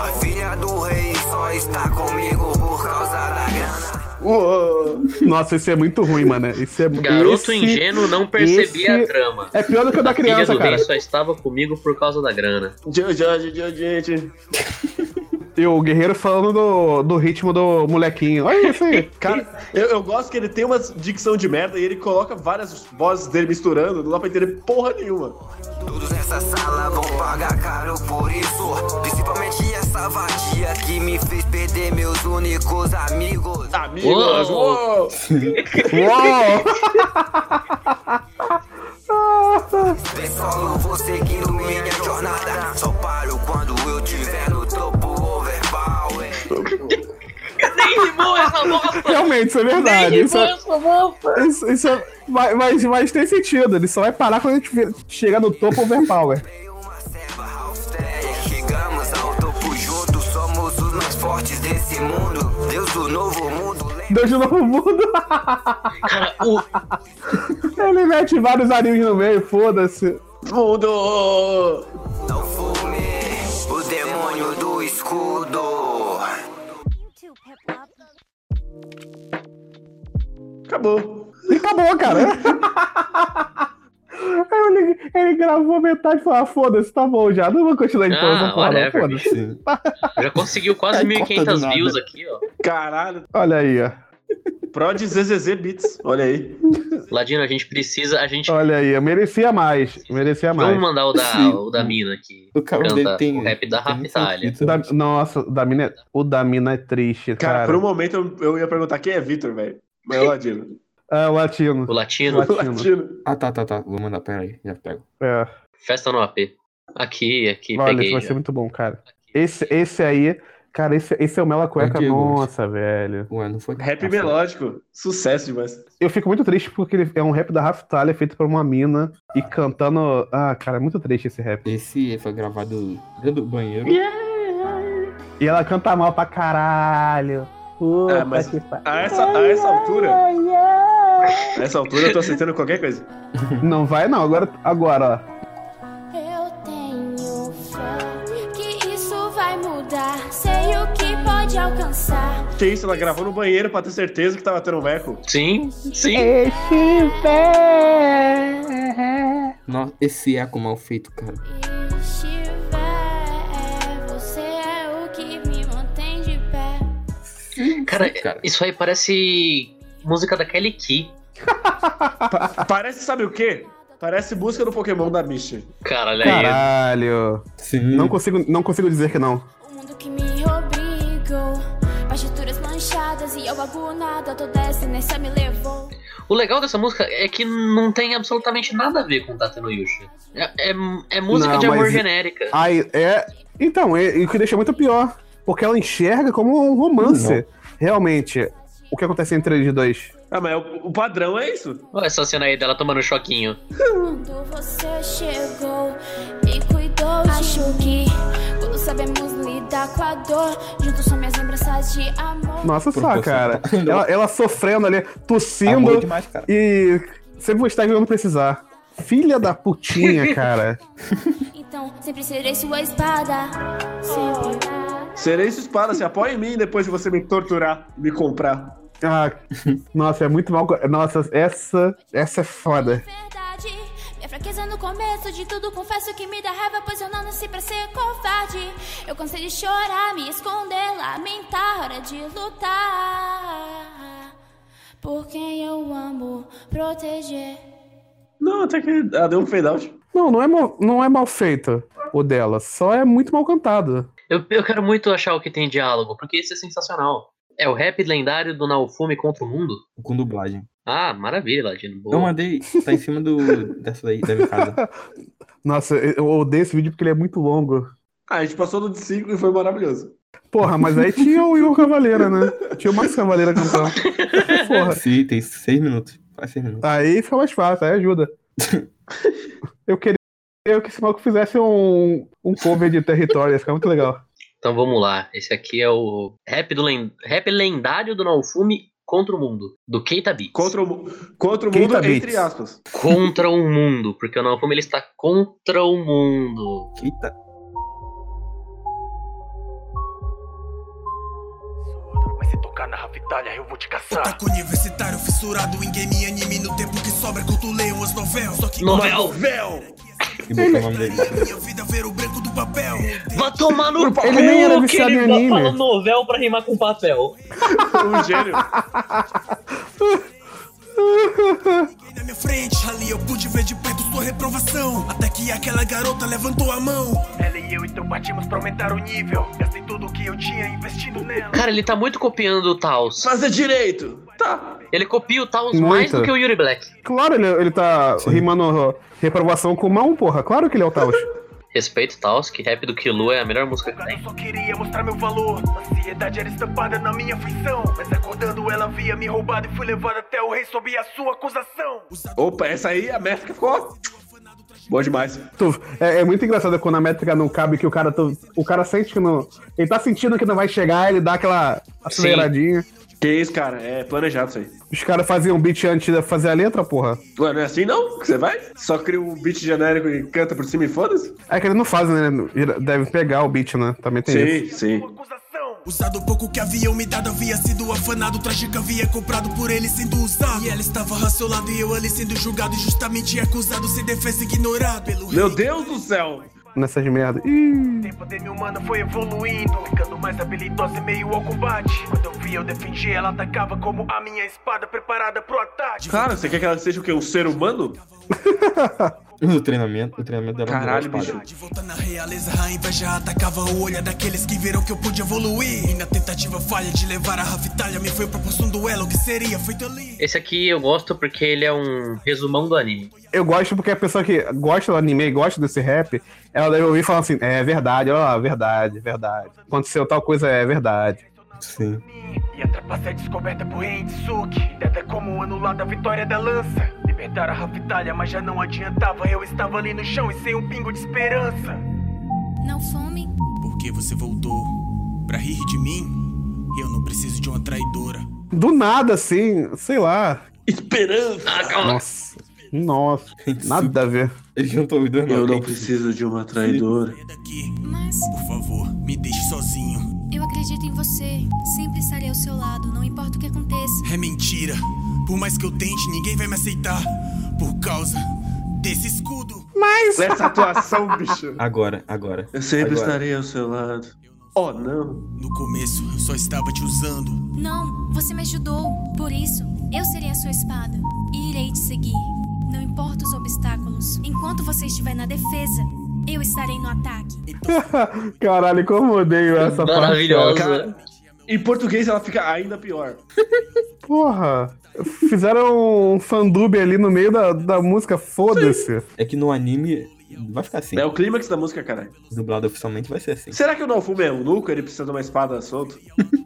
[SPEAKER 11] A filha do rei só está comigo por causa da grana.
[SPEAKER 3] Uou.
[SPEAKER 2] Nossa, isso é muito ruim, mano. Isso é
[SPEAKER 4] Garoto
[SPEAKER 2] esse-
[SPEAKER 4] ingênuo não percebia
[SPEAKER 2] esse-
[SPEAKER 4] a trama.
[SPEAKER 2] É pior do que o da
[SPEAKER 4] Filha
[SPEAKER 2] criança,
[SPEAKER 4] do
[SPEAKER 2] cara.
[SPEAKER 4] rei só estava comigo por causa da grana.
[SPEAKER 3] Jojo, Jojo, gente.
[SPEAKER 2] E o guerreiro falando do, do ritmo do molequinho. Olha isso aí.
[SPEAKER 3] Cara, eu, eu gosto que ele tem uma dicção de merda e ele coloca várias vozes dele misturando, não dá pra entender porra nenhuma.
[SPEAKER 11] Todos nessa sala vão pagar caro por isso. Principalmente essa vadia que me fez perder meus únicos amigos.
[SPEAKER 3] Amigos,
[SPEAKER 4] Uou.
[SPEAKER 3] uou.
[SPEAKER 2] Uou!
[SPEAKER 11] Bem solo, vou seguindo minha jornada. Só paro quando eu tiver no topo overpower.
[SPEAKER 4] Nem rimou essa bosta!
[SPEAKER 2] Realmente, isso é verdade. Isso é, isso, isso é, mas, mas, mas tem sentido. Ele só vai parar quando a gente vê- chegar no topo overpower.
[SPEAKER 11] Tem uma serva half Chegamos ao topo juntos, somos os mais fortes desse mundo.
[SPEAKER 12] Deus do novo mundo.
[SPEAKER 2] Deus do novo mundo.
[SPEAKER 4] Cara, o...
[SPEAKER 2] Ele mete vários animes no meio, foda-se.
[SPEAKER 3] Mundo!
[SPEAKER 12] Não fume o demônio do escudo.
[SPEAKER 5] é
[SPEAKER 3] Acabou.
[SPEAKER 2] E acabou, cara. Aí eu liguei- ele gravou metade e falou: ah, foda-se, tá bom já. Não vou continuar então,
[SPEAKER 4] Ah,
[SPEAKER 2] essa porra, não,
[SPEAKER 4] whatever,
[SPEAKER 2] foda-se.
[SPEAKER 4] Já conseguiu quase
[SPEAKER 2] Ai, corta do
[SPEAKER 4] 1.500
[SPEAKER 2] nada.
[SPEAKER 4] views aqui, ó.
[SPEAKER 3] Caralho.
[SPEAKER 2] Olha aí, ó.
[SPEAKER 3] Prod ZZZ Beats. Olha aí.
[SPEAKER 4] Ladino, a gente precisa. A gente.
[SPEAKER 2] Olha aí, eu merecia mais. Merecia mais.
[SPEAKER 4] Vamos mandar o da, o da mina aqui.
[SPEAKER 6] O cara
[SPEAKER 4] Canta É
[SPEAKER 6] dele tem.
[SPEAKER 4] o rap da
[SPEAKER 6] tem um
[SPEAKER 4] Rapitalha.
[SPEAKER 2] O da-
[SPEAKER 6] sentido.
[SPEAKER 2] nossa, o da mina é- o da mina é triste,
[SPEAKER 3] Cara,
[SPEAKER 2] cara.
[SPEAKER 3] por um momento eu, eu ia perguntar quem é Vitor, velho. Mas é o Ladino.
[SPEAKER 2] É, o latino.
[SPEAKER 4] O latino.
[SPEAKER 2] Latino.
[SPEAKER 3] Latino.
[SPEAKER 6] Ah, tá, tá, tá. Vou mandar, pera aí, já pego.
[SPEAKER 2] É.
[SPEAKER 4] Festa no AP. Aqui, aqui,
[SPEAKER 2] Olha,
[SPEAKER 4] peguei.
[SPEAKER 2] esse vai
[SPEAKER 4] já.
[SPEAKER 2] ser muito bom, cara. Esse, esse aí, cara, esse, esse é o Mela Cueca,
[SPEAKER 6] Aqui,
[SPEAKER 2] nossa, velho.
[SPEAKER 6] Ué, não foi?
[SPEAKER 3] Rap
[SPEAKER 6] Ah, foi.
[SPEAKER 3] melódico. Sucesso demais.
[SPEAKER 2] Eu fico muito triste porque ele é um rap da Raftalha feito por uma mina e cantando. Ah, cara, é muito triste esse rap.
[SPEAKER 6] Esse foi gravado dentro do banheiro.
[SPEAKER 2] E ela canta mal pra caralho. Puta
[SPEAKER 3] Ah, mas-
[SPEAKER 2] que pa-
[SPEAKER 3] A essa, a essa altura. A essa altura eu tô aceitando qualquer coisa.
[SPEAKER 2] Não vai não, agora, agora, ó.
[SPEAKER 5] Eu tenho fé que isso vai mudar. Sei o que pode alcançar.
[SPEAKER 3] Que isso, ela gravou no banheiro pra ter certeza que tava tendo um eco.
[SPEAKER 4] Sim, sim.
[SPEAKER 5] Estiver,
[SPEAKER 6] Nossa, esse eco mal feito, cara.
[SPEAKER 5] estiver, você é o que me mantém de pé.
[SPEAKER 4] Cara,
[SPEAKER 6] Cara.
[SPEAKER 4] isso aí parece música da Kelly Key.
[SPEAKER 3] Parece, sabe o quê? Parece música do Pokémon da Michi.
[SPEAKER 6] É
[SPEAKER 4] Caralho, aí.
[SPEAKER 2] Caralho.
[SPEAKER 6] Sim.
[SPEAKER 2] Não consigo, não consigo dizer que não.
[SPEAKER 5] O mundo que me obrigou. Partituras manchadas e eu agonada. Toda essa inércia me levou.
[SPEAKER 4] O legal dessa música é que não tem absolutamente nada a ver com Tate no Yusha. É, é- é música
[SPEAKER 2] Não,
[SPEAKER 4] de amor
[SPEAKER 2] mas-
[SPEAKER 4] genérica.
[SPEAKER 2] Aí, é. Então, é, e o que deixa muito pior. Porque ela enxerga como um romance. Realmente. O que acontece entre eles dois.
[SPEAKER 3] Ah, mas o, o padrão é isso.
[SPEAKER 4] Olha essa cena aí dela tomando um choquinho.
[SPEAKER 5] Quando você chegou e cuidou de Acho que quando sabemos lidar com a dor, juntos são minhas lembranças de amor.
[SPEAKER 2] Nossa só,
[SPEAKER 6] Proporção-
[SPEAKER 2] cara.
[SPEAKER 6] Não.
[SPEAKER 2] Ela, ela sofrendo ali,
[SPEAKER 6] Amor
[SPEAKER 2] tossindo
[SPEAKER 6] demais, cara.
[SPEAKER 2] e sempre vou estar quando precisar. Filha da putinha, cara.
[SPEAKER 5] Então, sempre serei sua espada. Sempre.
[SPEAKER 3] Serei sua espada, se apoia em mim depois de você me torturar, me comprar.
[SPEAKER 2] Ah, nossa, é muito mal. Nossa, essa, essa é foda.
[SPEAKER 5] Verdade, minha fraqueza no começo de tudo confesso que me dá raiva, pois eu não nasci pra ser covarde. Eu cansei de chorar, me esconder, lamentar, hora de lutar. Por quem eu amo, proteger.
[SPEAKER 3] Não, até que ela deu um fade out.
[SPEAKER 2] Não, não é, mal, não é mal feito o dela, só é muito mal cantado.
[SPEAKER 4] Eu, eu quero muito achar o que tem diálogo, porque isso é sensacional. É o rap lendário do Naofume contra o mundo?
[SPEAKER 6] Com dublagem.
[SPEAKER 4] Ah, maravilha, Ladino. Boa.
[SPEAKER 6] Eu
[SPEAKER 2] é.
[SPEAKER 6] mandei. Tá em cima do. dessa daí, da minha casa.
[SPEAKER 2] Nossa, eu odeio esse vídeo porque ele é muito longo.
[SPEAKER 3] Ah, a gente passou do de 5 e foi maravilhoso.
[SPEAKER 2] Porra, mas aí tinha o Igor Cavaleira, né? Tinha o Max Cavaleira cantando. Porra.
[SPEAKER 6] Ah, Sim, tem seis minutos. Faz seis minutos.
[SPEAKER 2] Aí fica mais fácil, aí ajuda. Eu queria eu que esse maluco fizesse um, um cover de território, ia ficar muito legal.
[SPEAKER 4] Então vamos lá. Esse aqui é o rap, do len- rap lendário do Naofume contra o mundo, do Keita Beats.
[SPEAKER 3] Contra o, mu- contra o
[SPEAKER 2] Quem
[SPEAKER 3] mundo,
[SPEAKER 2] tá
[SPEAKER 3] entre
[SPEAKER 2] beats?
[SPEAKER 3] aspas.
[SPEAKER 4] Contra o mundo, porque o Naofume ele está contra o mundo.
[SPEAKER 6] Eita.
[SPEAKER 10] Mas se tocar na Ravitalha, eu vou te caçar.
[SPEAKER 7] Otaku universitário fissurado em game e anime no tempo que sobra cultueiam as novelas. Só que
[SPEAKER 4] Novel.
[SPEAKER 7] novel.
[SPEAKER 6] E botou o nome dele.
[SPEAKER 7] Minha vida é ver o branco do papel.
[SPEAKER 4] Vai tomar no cu
[SPEAKER 2] Ele nem era viciado
[SPEAKER 4] que
[SPEAKER 2] em
[SPEAKER 4] ele
[SPEAKER 2] anime.
[SPEAKER 4] fala novel pra rimar com papel.
[SPEAKER 3] Um gênio.
[SPEAKER 7] Ninguém na minha frente, ali eu pude ver de perto sua reprovação. Até que aquela garota levantou a mão.
[SPEAKER 10] Ela e eu então partimos pra aumentar o nível. Gastei tudo o que eu tinha investindo nela.
[SPEAKER 4] Cara, ele tá muito copiando o Taos.
[SPEAKER 3] Fazer direito. Tá.
[SPEAKER 4] Ele copia o Taos mais
[SPEAKER 2] Muito.
[SPEAKER 4] do que o Yuri Black.
[SPEAKER 2] Claro, ele, ele tá rimando reprovação com mão, porra. Claro que ele é o Taos.
[SPEAKER 4] Respeito Taos, que rap do Kilo é a melhor música que
[SPEAKER 10] Cara,
[SPEAKER 4] tem.
[SPEAKER 10] eu só queria mostrar meu valor. Ansiedade era estampada na minha aflição. Mas acordando, ela havia me roubado e fui levado até o rei sob a sua acusação.
[SPEAKER 3] Opa, essa aí a métrica ficou Bom demais.
[SPEAKER 2] Tu- é, é muito engraçado quando a métrica não cabe, que o cara, tu- o cara sente que não. Ele tá sentindo que não vai chegar, ele dá aquela aceleradinha.
[SPEAKER 3] Que isso, cara? É planejado isso aí.
[SPEAKER 2] Os caras faziam um beat antes de fazer a letra, porra.
[SPEAKER 3] Ué, não é assim não? Que você vai? Só cria um beat genérico e canta por cima e foda-se?
[SPEAKER 2] É que eles não fazem, né? Ele Deve pegar o beat, né? Também tem isso.
[SPEAKER 3] sim.
[SPEAKER 10] Usado o pouco que haviam me dado, havia sido afanado. O traje que havia comprado por ele sendo usado. E ela estava raciolado e eu ali sendo julgado, justamente acusado, sem defesa ignorado. Pelo
[SPEAKER 3] Meu Deus do céu!
[SPEAKER 2] Nessas merdas. Ih,
[SPEAKER 1] A pandemia humana foi evoluindo, ficando mais habilidosa em meio ao combate. Quando eu vi eu defendi, ela atacava como a minha espada preparada pro ataque.
[SPEAKER 3] Cara, você quer que ela seja o quê? Um ser humano?
[SPEAKER 5] No treinamento, o treinamento dela
[SPEAKER 3] Caralho,
[SPEAKER 5] mudou a
[SPEAKER 3] bicho.
[SPEAKER 5] espada.
[SPEAKER 10] Na realeza, a inveja atacava o olho daqueles que viram que eu pude evoluir. E na tentativa falha de levar a Rafitalha, me foi proposto um duelo que seria feito ali.
[SPEAKER 4] Esse aqui eu gosto porque ele é um resumão do anime.
[SPEAKER 2] Eu gosto porque a pessoa que gosta do anime e gosta desse rap, ela deve ouvir e falar assim: é verdade, ó, verdade, verdade. Aconteceu tal coisa, é verdade.
[SPEAKER 5] Sim.
[SPEAKER 1] E a trapaça é descoberta por Hensuke. Dada como é anular da vitória da lança. Libertar a Rafitalha, mas já não adiantava. Eu estava ali no chão e sem um pingo de esperança.
[SPEAKER 13] Não some.
[SPEAKER 10] Por que você voltou? Pra rir de mim? Eu não preciso de uma traidora.
[SPEAKER 2] Do nada, assim, sei lá.
[SPEAKER 3] Esperança!
[SPEAKER 2] Nossa. Nossa. Nada a ver.
[SPEAKER 5] Ele cantou o dois
[SPEAKER 3] Eu não preciso de uma traidora.
[SPEAKER 13] Mas
[SPEAKER 10] Por favor, me deixe sozinho.
[SPEAKER 13] eu acredito em você. Sempre estarei ao seu lado, não importa o que aconteça.
[SPEAKER 10] É mentira. Por mais que eu tente, ninguém vai me aceitar. Por causa desse escudo.
[SPEAKER 2] Mas.
[SPEAKER 3] Essa atuação, bicho.
[SPEAKER 5] Agora, agora.
[SPEAKER 3] Eu sempre
[SPEAKER 5] Agora.
[SPEAKER 3] estarei ao seu lado. Oh, não.
[SPEAKER 10] No começo, eu só estava te usando.
[SPEAKER 13] Não, você me ajudou. Por isso, eu serei a sua espada. E irei te seguir. Não importa os obstáculos. Enquanto você estiver na defesa, eu estarei no ataque.
[SPEAKER 2] Caralho, como eu odeio essa parte.
[SPEAKER 3] Cara, em português ela fica ainda pior.
[SPEAKER 2] Porra. Fizeram um fandub ali no meio da, da música, foda-se.
[SPEAKER 5] É que no anime vai ficar assim.
[SPEAKER 3] É o clímax da música, caralho.
[SPEAKER 5] Dublado oficialmente vai ser assim.
[SPEAKER 3] Será que o Nofume é um nuco? Ele precisa de uma espada solta?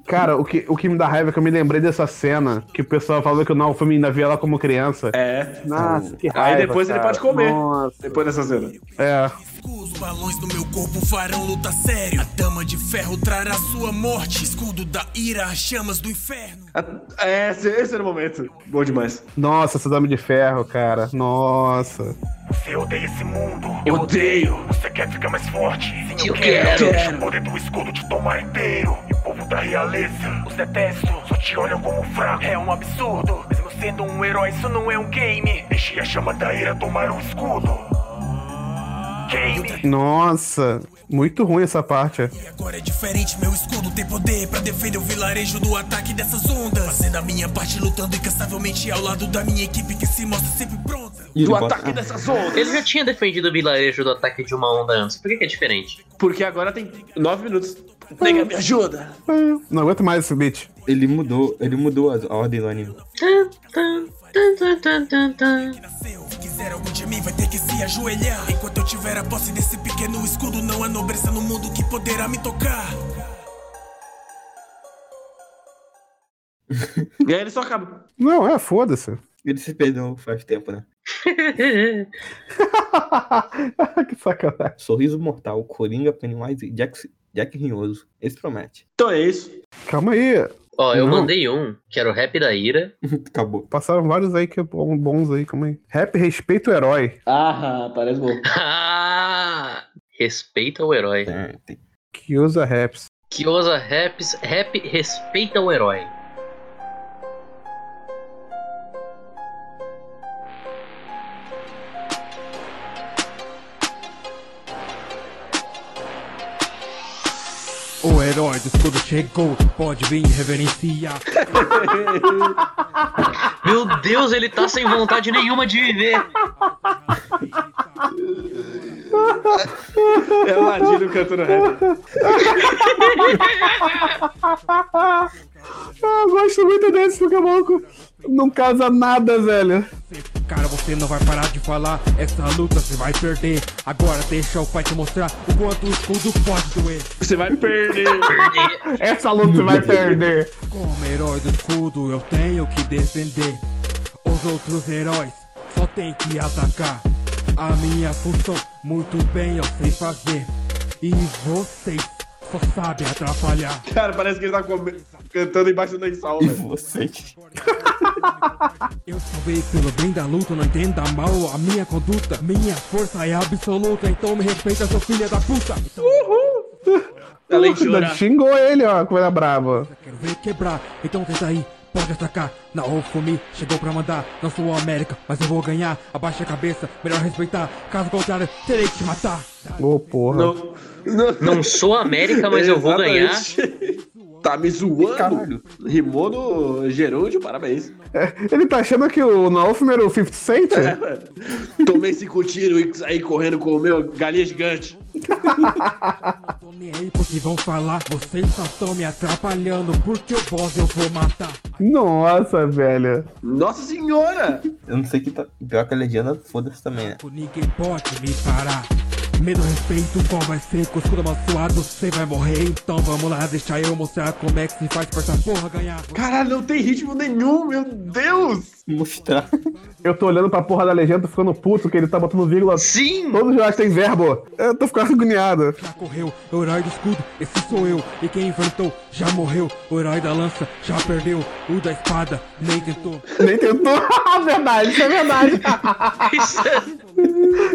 [SPEAKER 2] Cara, o que, o que me dá raiva é que eu me lembrei dessa cena que o pessoal falou que o Naofumi ainda via ela como criança.
[SPEAKER 3] É.
[SPEAKER 2] Nossa, que
[SPEAKER 3] Aí
[SPEAKER 2] raiva,
[SPEAKER 3] depois ele
[SPEAKER 2] cara.
[SPEAKER 3] pode comer.
[SPEAKER 2] Nossa.
[SPEAKER 3] Depois dessa cena.
[SPEAKER 2] É.
[SPEAKER 10] Os balões do meu corpo farão luta sério. A dama de ferro trará sua morte. Escudo da ira, chamas do inferno.
[SPEAKER 3] A- É, esse, esse era o momento. Bom demais.
[SPEAKER 2] Nossa, esse Dame de Ferro, cara. Nossa.
[SPEAKER 1] Você odeia esse mundo.
[SPEAKER 3] Eu odeio.
[SPEAKER 1] Você quer ficar mais forte? Sim, eu,
[SPEAKER 4] Eu
[SPEAKER 1] quero.
[SPEAKER 4] quero.
[SPEAKER 1] Deixa o poder do escudo te tomar inteiro. E o povo da realeza os detesto. Só te olham como fraco. É um absurdo. Mesmo sendo um herói, isso não é um game. Deixe a chama da ira tomar o escudo. Game.
[SPEAKER 2] Nossa. Muito ruim essa parte.
[SPEAKER 10] Agora é diferente, meu escudo tem poder pra defender o vilarejo do ataque dessas ondas. Fazendo a minha parte, lutando incansavelmente ao lado da minha equipe que se mostra sempre pronta.
[SPEAKER 5] E ele
[SPEAKER 3] Do
[SPEAKER 5] bota-
[SPEAKER 3] ataque dessas ondas.
[SPEAKER 4] Ele já tinha defendido o vilarejo do ataque de uma onda antes. Por que, que é diferente?
[SPEAKER 3] Porque agora tem nove minutos. Nega, me ajuda.
[SPEAKER 2] Não aguento mais esse beat.
[SPEAKER 6] ah,
[SPEAKER 5] Ele mudou, ele mudou a, a ordem do anime.
[SPEAKER 10] Se quiser algo de mim, vai ter que se ajoelhar. Enquanto eu tiver a posse desse pequeno escudo, não há nobreza no mundo que poderá me tocar.
[SPEAKER 3] E aí ele só acaba.
[SPEAKER 2] Não, é, foda-se.
[SPEAKER 5] Ele se perdeu faz tempo, né?
[SPEAKER 2] que sacanagem.
[SPEAKER 5] Sorriso Mortal, Coringa, Pennywise e Jack, Jack Rinhoso. Esse promete.
[SPEAKER 3] Então é isso.
[SPEAKER 2] Calma aí.
[SPEAKER 4] Ó, eu
[SPEAKER 2] Não.
[SPEAKER 4] mandei um, que era o Rap da Ira.
[SPEAKER 5] Acabou.
[SPEAKER 2] Passaram vários aí que é bom- bons aí, calma aí. Rap respeito o herói.
[SPEAKER 3] Ah, parece bom.
[SPEAKER 4] Ah, respeita o herói.
[SPEAKER 5] Tem- É, tem-
[SPEAKER 2] Que usa raps.
[SPEAKER 4] Que ousa raps, rap respeita o herói.
[SPEAKER 6] O herói do escudo chegou, pode vir reverenciar.
[SPEAKER 4] Meu Deus, ele tá sem vontade nenhuma de viver.
[SPEAKER 3] É o Ladino cantando rap.
[SPEAKER 2] Ah, eu gosto muito desse, porque maluco não casa nada, velho.
[SPEAKER 6] Cara, você não vai parar de falar, essa luta você vai perder. Agora deixa o pai te mostrar o quanto o escudo pode doer.
[SPEAKER 3] Você vai perder.
[SPEAKER 2] Essa luta você vai perder.
[SPEAKER 6] Como herói do escudo, eu tenho que defender. Os outros heróis só tem que atacar. A minha função, muito bem, eu sei fazer. E vocês só sabem atrapalhar.
[SPEAKER 3] Cara, parece que ele tá come- cantando embaixo do lençol, velho. vocês?
[SPEAKER 6] Eu salvei pelo bem da luta, não entenda mal a minha conduta. Minha força é absoluta, então me respeita, seu filho da puta. Uhul!
[SPEAKER 2] Além de chorar. Xingou ele, ó, coisa brava.
[SPEAKER 6] Quero ver quebrar, então tenta aí, pode atacar. Na Ofumi chegou pra mandar, não sou a América, mas eu vou ganhar. Abaixa a cabeça, melhor respeitar, caso contrário, terei que te matar.
[SPEAKER 2] Ô, porra.
[SPEAKER 4] Não sou América, mas eu vou ganhar.
[SPEAKER 3] Exatamente. Tá me zoando? Rimou no gerúndio, parabéns.
[SPEAKER 2] É, ele tá achando que o Naofim era o 50 Cent?
[SPEAKER 3] Tomei cinco tiros e saí correndo com o meu galinha gigante.
[SPEAKER 6] Tô nem aí porque vão falar, vocês só estão me atrapalhando, porque eu voz eu vou matar.
[SPEAKER 2] Nossa, velho.
[SPEAKER 3] Nossa senhora!
[SPEAKER 14] Eu não sei que tá. Pior que a Legiana, foda-se também, né?
[SPEAKER 6] Ninguém pode me parar. Medo, respeito, qual vai ser? Com o escudo amaldiçoado, você vai morrer. Então vamos lá, deixa eu mostrar como é que se faz pra essa porra ganhar.
[SPEAKER 3] Caralho, não tem ritmo nenhum, meu Deus!
[SPEAKER 14] Mostrar.
[SPEAKER 2] Eu tô olhando pra porra da legenda, tô ficando puto que ele tá botando vírgula.
[SPEAKER 4] Sim!
[SPEAKER 2] Todos os jornais tem verbo. Eu tô ficando agoniado.
[SPEAKER 6] Correu, o herói do escudo, esse sou eu. E quem inventou já morreu. O herói da lança já perdeu. O da espada nem tentou.
[SPEAKER 2] Nem tentou? verdade, isso é verdade.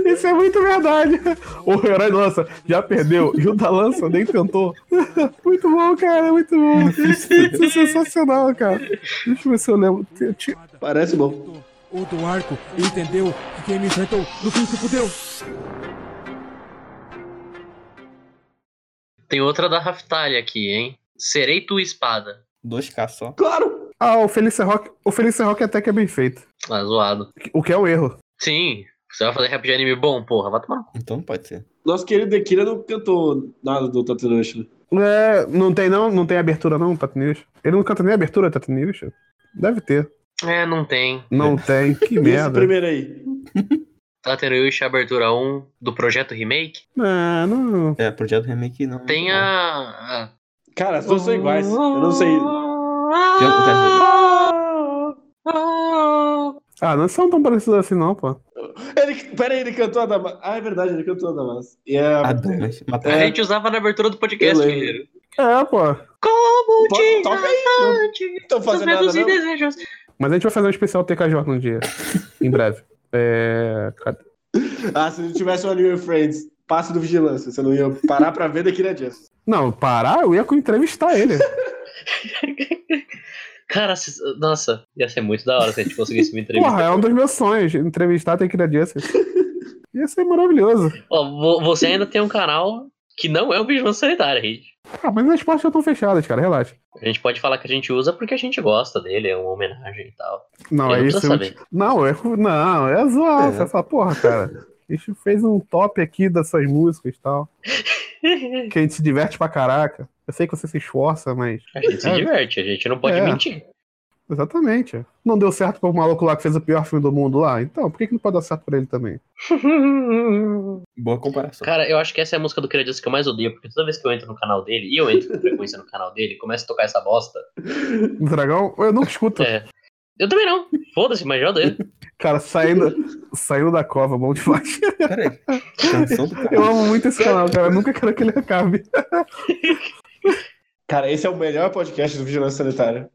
[SPEAKER 2] Isso é muito verdade. O herói da lança já perdeu. E o da lança nem tentou. Muito bom, cara. Muito bom. Isso é sensacional, cara. Deixa eu ver se eu lembro. Eu tinha-
[SPEAKER 3] Parece bom.
[SPEAKER 6] O do arco entendeu que quem me enfrentou no fim se fudeu.
[SPEAKER 4] Tem outra da Raftalha aqui, hein? Serei tua espada.
[SPEAKER 14] 2K só.
[SPEAKER 3] Claro!
[SPEAKER 2] Ah, o Felice Rock. O Felice Rock até que é bem feito.
[SPEAKER 4] Ah, zoado.
[SPEAKER 2] O que é o erro.
[SPEAKER 4] Sim, você vai fazer rap de anime bom, porra. Vai tomar no cu.
[SPEAKER 14] Então não pode ser.
[SPEAKER 3] Nosso querido Akira não cantou nada do Tatarush, né?
[SPEAKER 2] É, não tem não? Não tem abertura não, Tato News? Ele não canta nem abertura, Tato News? Deve ter.
[SPEAKER 4] É, não tem.
[SPEAKER 2] Não tem, que
[SPEAKER 4] Esse
[SPEAKER 2] merda.
[SPEAKER 4] primeiro
[SPEAKER 3] aí.
[SPEAKER 4] Tá Tateruyusha Abertura 1 do projeto Remake.
[SPEAKER 2] Ah, não.
[SPEAKER 14] É, projeto remake não.
[SPEAKER 4] Tem a. a-
[SPEAKER 3] Cara, as duas são iguais. Eu não sei.
[SPEAKER 2] Ah, não são tão parecidos assim não, pô.
[SPEAKER 3] Ele, pera aí, ele cantou a Damas. Ah, é verdade, ele cantou a Damas. E é- a...
[SPEAKER 5] Ah,
[SPEAKER 14] A Damas.
[SPEAKER 4] A gente usava na abertura do podcast, guerreiro.
[SPEAKER 2] É, pô.
[SPEAKER 4] Como
[SPEAKER 3] Pô,
[SPEAKER 4] te
[SPEAKER 3] toca aí, não tô fazendo nada, não.
[SPEAKER 4] desejos.
[SPEAKER 2] Mas a gente vai fazer um especial TKJ um dia. em breve. É... cadê?
[SPEAKER 3] Ah, se não tivesse o Anime Friends, passe do Vigilância. Você não ia parar pra ver Akira Justice.
[SPEAKER 2] Não, parar, eu ia entrevistar ele.
[SPEAKER 4] Cara, se- nossa, ia ser muito da hora se a gente conseguisse uma entrevista.
[SPEAKER 2] Porra, é um dos meus sonhos, entrevistar Tequila Justice. Ia ser maravilhoso.
[SPEAKER 4] Ó, vo- você ainda tem um canal que não é o Vigilância Sanitária, gente.
[SPEAKER 2] Ah, mas as portas já estão fechadas, cara, relaxa.
[SPEAKER 4] A gente pode falar que a gente usa porque a gente gosta dele, é uma homenagem e tal.
[SPEAKER 2] Não,
[SPEAKER 4] Ele
[SPEAKER 2] é
[SPEAKER 4] não
[SPEAKER 2] isso.
[SPEAKER 4] precisa saber.
[SPEAKER 2] Não, é, não, é zoar. Você fala, porra, cara. A gente fez um top aqui dessas músicas e tal. Que a gente se diverte pra caraca. Eu sei que você se esforça, mas.
[SPEAKER 4] A gente se
[SPEAKER 2] É,
[SPEAKER 4] diverte, a gente não pode
[SPEAKER 2] É.
[SPEAKER 4] mentir.
[SPEAKER 2] Exatamente. Não deu certo com o maluco lá que fez o pior filme do mundo lá? Então, por que, que não pode dar certo pra ele também?
[SPEAKER 14] Boa comparação.
[SPEAKER 4] Cara, eu acho que essa é a música do Criadinho que eu mais odeio, porque toda vez que eu entro no canal dele, e eu entro com frequência no canal dele, começa a tocar essa bosta.
[SPEAKER 2] No dragão? Eu nunca
[SPEAKER 4] É.
[SPEAKER 2] escuto.
[SPEAKER 4] Eu também não. Foda-se, mas eu odeio.
[SPEAKER 2] Cara, saindo, saindo da cova, bom demais. Eu
[SPEAKER 4] Eu
[SPEAKER 2] amo muito esse canal, cara. Eu nunca quero que ele acabe.
[SPEAKER 3] Cara, esse é o melhor podcast do Vigilância Sanitária.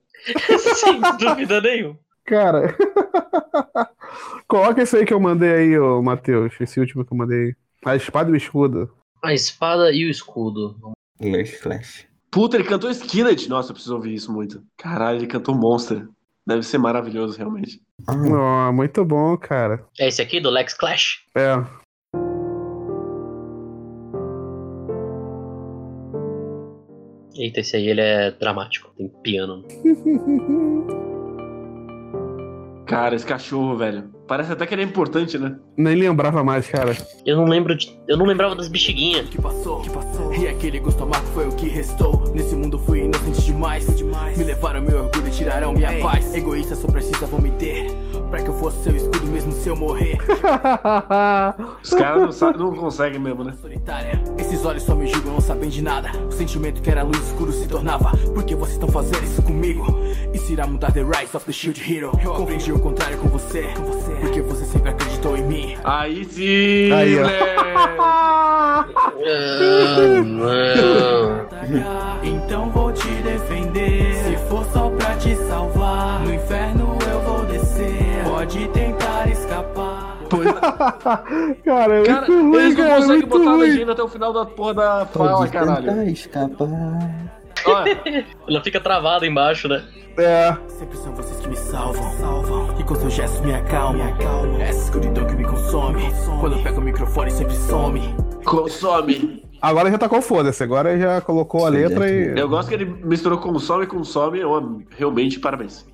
[SPEAKER 4] Sem dúvida nenhuma.
[SPEAKER 2] Cara. Coloca esse aí que eu mandei aí, ô Matheus. Esse último que eu mandei. A espada e o escudo.
[SPEAKER 4] A espada e o escudo.
[SPEAKER 14] Flash, flash.
[SPEAKER 3] Puta, ele cantou Skillet. Nossa, eu preciso ouvir isso muito. Caralho, ele cantou Monster. Deve ser maravilhoso, realmente.
[SPEAKER 2] Ó, muito bom, cara.
[SPEAKER 4] É esse aqui do Lex Clash?
[SPEAKER 2] É.
[SPEAKER 4] Eita, esse aí ele é dramático, tem piano.
[SPEAKER 3] Cara, esse cachorro, velho. Parece até que ele é importante, né?
[SPEAKER 2] Nem lembrava mais, cara.
[SPEAKER 4] Eu não lembro de. Eu não lembrava das bexiguinhas.
[SPEAKER 15] Que passou, que passou. E aquele gosto amargo foi o que restou. Nesse mundo fui inocente demais. Me levaram meu orgulho e tiraram minha
[SPEAKER 16] Ei.
[SPEAKER 15] paz. Egoísta, só precisa vão me ter. Pra que eu fosse seu escudo mesmo se eu morrer.
[SPEAKER 3] Os caras não, sa- não conseguem mesmo, né?
[SPEAKER 15] Solitária. Esses olhos só me julgam, não sabem de nada. O sentimento que era luz escuro se tornava. Por que vocês estão fazendo isso comigo? Isso irá mudar The Rise of the Shield Hero. Eu confundi o contrário com você. Com você.
[SPEAKER 10] Porque você sempre acreditou em mim.
[SPEAKER 3] Aí sim,
[SPEAKER 10] Aí, ó.
[SPEAKER 4] Ah,
[SPEAKER 6] Então vou te defender. Se for só pra te salvar, no inferno eu vou descer. Pode tentar escapar.
[SPEAKER 2] Cara, é
[SPEAKER 3] Cara,
[SPEAKER 2] muito ruim,
[SPEAKER 3] eles não
[SPEAKER 2] cara, é
[SPEAKER 3] conseguem
[SPEAKER 2] muito
[SPEAKER 3] botar a
[SPEAKER 2] ruim.
[SPEAKER 3] legenda até o final da porra da fala, caralho.
[SPEAKER 5] escapar.
[SPEAKER 4] Ela fica travada embaixo, né?
[SPEAKER 2] É.
[SPEAKER 6] Sempre são vocês que me salvam. salvam. E com seus gestos me acalmam. Me acalmam. É Essa escuridão que me consome. Quando eu pego o microfone, sempre some.
[SPEAKER 3] Consome.
[SPEAKER 2] Agora já tacou foda-se, agora já colocou a letra e.
[SPEAKER 3] Eu gosto que ele misturou consome com some, eu, realmente, parabéns.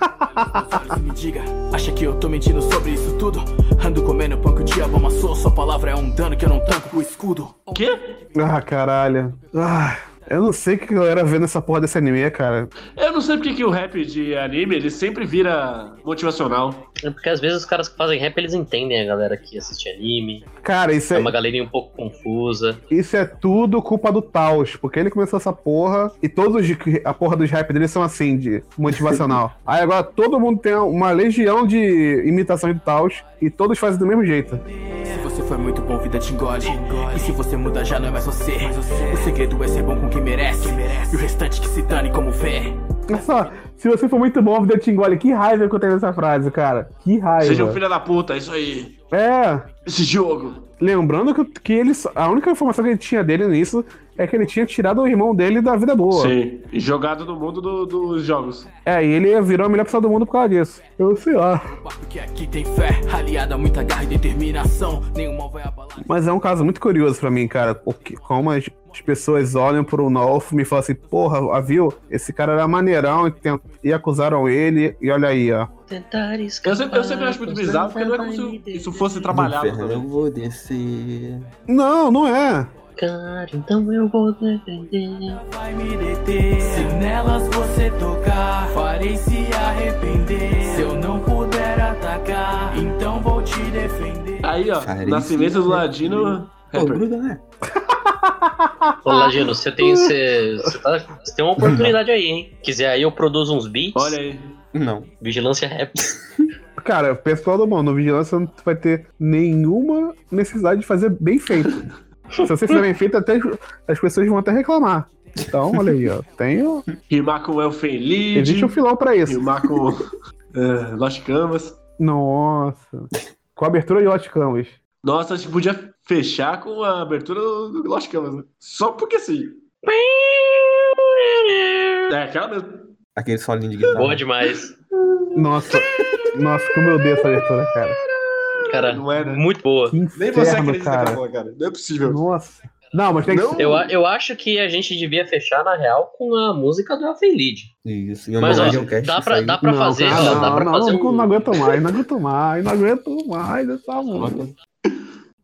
[SPEAKER 6] Ah, Me diga, acha que eu tô mentindo sobre isso tudo? Ando comendo pão que o diabo amassou. Sua palavra é um dano que eu não tanco com o escudo.
[SPEAKER 3] Quê?
[SPEAKER 2] Ah, caralho. Ah, eu não sei o que a galera vê nessa porra desse anime, cara.
[SPEAKER 3] Eu não sei porque que o rap de anime, ele sempre vira motivacional.
[SPEAKER 4] É porque às vezes os caras que fazem rap, eles entendem a galera que assiste anime.
[SPEAKER 2] Cara, isso é,
[SPEAKER 4] uma galerinha um pouco confusa.
[SPEAKER 2] Isso é tudo culpa do Taos, porque ele começou essa porra e todos os, a porra dos rap dele são assim, de motivacional. Aí agora todo mundo tem uma legião de imitações do Taos e todos fazem do mesmo jeito.
[SPEAKER 6] Se você foi muito bom, vida te engole. E se você muda, já não é mais você. O segredo é ser bom com quem merece. E o restante que se dane como vê.
[SPEAKER 2] Olha só, se você for muito bom, a vida te engole. Que raiva que eu tenho nessa frase, cara. Que raiva.
[SPEAKER 3] Seja um filho da puta, é isso aí.
[SPEAKER 2] É.
[SPEAKER 3] Esse jogo.
[SPEAKER 2] Lembrando que, que ele, só- a única informação que ele tinha dele nisso é que ele tinha tirado o irmão dele da vida boa.
[SPEAKER 3] Sim. E jogado no mundo do- dos jogos.
[SPEAKER 2] É, e ele virou a melhor pessoa do mundo por causa disso. Eu sei lá.
[SPEAKER 6] Porque aqui tem fé, aliada a muita garra e determinação. Nenhum mal vai abalar.
[SPEAKER 2] Mas é um caso muito curioso pra mim, cara. o que- Como as as pessoas olham pro Nolfo e falam assim, porra, ah, viu? Esse cara era maneirão e, tent- e acusaram ele, e olha aí, ó.
[SPEAKER 4] Tentar escapar.
[SPEAKER 3] Eu sempre, eu
[SPEAKER 6] Ah,
[SPEAKER 3] sempre acho muito bizarro, porque não é como se isso fosse trabalhado.
[SPEAKER 5] Inferno, eu vou descer.
[SPEAKER 2] Não, não é.
[SPEAKER 4] Cara, então eu vou defender.
[SPEAKER 6] Vai me deter. Se nelas você tocar, farei se arrepender. Se eu não puder atacar, então vou te defender.
[SPEAKER 3] Aí, ó, na silência do Ladino.
[SPEAKER 4] É,
[SPEAKER 5] gruda, né?
[SPEAKER 4] Ô, Lagino, você tem, você, você tá- você tem uma oportunidade aí, hein? Quiser aí, eu produzo uns beats. Olha
[SPEAKER 3] aí.
[SPEAKER 5] Não.
[SPEAKER 4] Vigilância rap.
[SPEAKER 2] Cara, o pessoal do mundo, vigilância não vai ter nenhuma necessidade de fazer bem feito. Se você fizer bem feito, até as- as pessoas vão até reclamar. Então, olha aí, ó. Tem o-
[SPEAKER 3] Rimar com El é Feliz.
[SPEAKER 2] Existe um filão pra isso.
[SPEAKER 3] Rimar com é, Lost Canvas.
[SPEAKER 2] Nossa. Com a abertura de Hot Canvas.
[SPEAKER 3] Nossa, a gente podia fechar com a abertura do, do Lost Canvas, né? Só porque sim. É, aquela mesmo.
[SPEAKER 5] Aquele solinho de guitarra.
[SPEAKER 4] Boa demais.
[SPEAKER 2] Nossa, nossa, como eu odeio essa abertura, cara.
[SPEAKER 4] Cara,
[SPEAKER 2] é, né?
[SPEAKER 4] muito boa.
[SPEAKER 2] Nem você inferno, acredita cara. naquela,
[SPEAKER 3] cara. Não é possível.
[SPEAKER 2] Nossa. Não, mas tem que.
[SPEAKER 4] Eu, a- eu acho que a gente devia fechar, na real, com a música do Elfen Lead.
[SPEAKER 5] Isso, em
[SPEAKER 4] Mas, ó,
[SPEAKER 5] homenagem ao um cast
[SPEAKER 4] dá
[SPEAKER 5] que
[SPEAKER 4] pra,
[SPEAKER 5] saiu.
[SPEAKER 4] dá pra fazer, ó, dá pra
[SPEAKER 2] não,
[SPEAKER 4] fazer
[SPEAKER 2] não,
[SPEAKER 4] um...
[SPEAKER 2] não aguento mais, não aguento mais, não aguento mais essa música.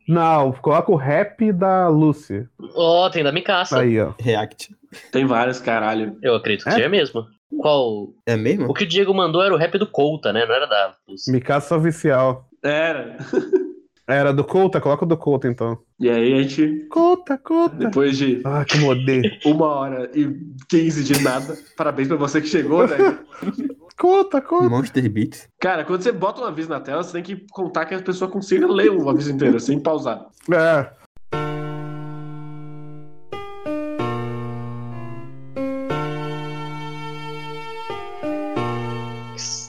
[SPEAKER 2] Não, coloca o rap da Lucy.
[SPEAKER 4] Ó, tem da Mikaça.
[SPEAKER 2] Aí, É? ó.
[SPEAKER 5] React.
[SPEAKER 3] Tem várias, caralho.
[SPEAKER 4] Eu acredito que seja mesmo. Qual?
[SPEAKER 5] É mesmo?
[SPEAKER 4] O que o Diego mandou era o rap do Colta, né? Não era da...
[SPEAKER 2] Mikaça Oficial.
[SPEAKER 3] Era.
[SPEAKER 2] Era do Couta? Coloca o do Couta, então.
[SPEAKER 3] E aí a gente,
[SPEAKER 2] Conta, conta.
[SPEAKER 3] depois de
[SPEAKER 2] Ah, que modê.
[SPEAKER 3] uma hora e 15 de nada, parabéns pra você que chegou, né?
[SPEAKER 2] Conta, conta.
[SPEAKER 5] Monster Beats.
[SPEAKER 3] Cara, quando você bota um aviso na tela, você tem que contar que a pessoa consiga ler o aviso inteiro, sem pausar.
[SPEAKER 2] É.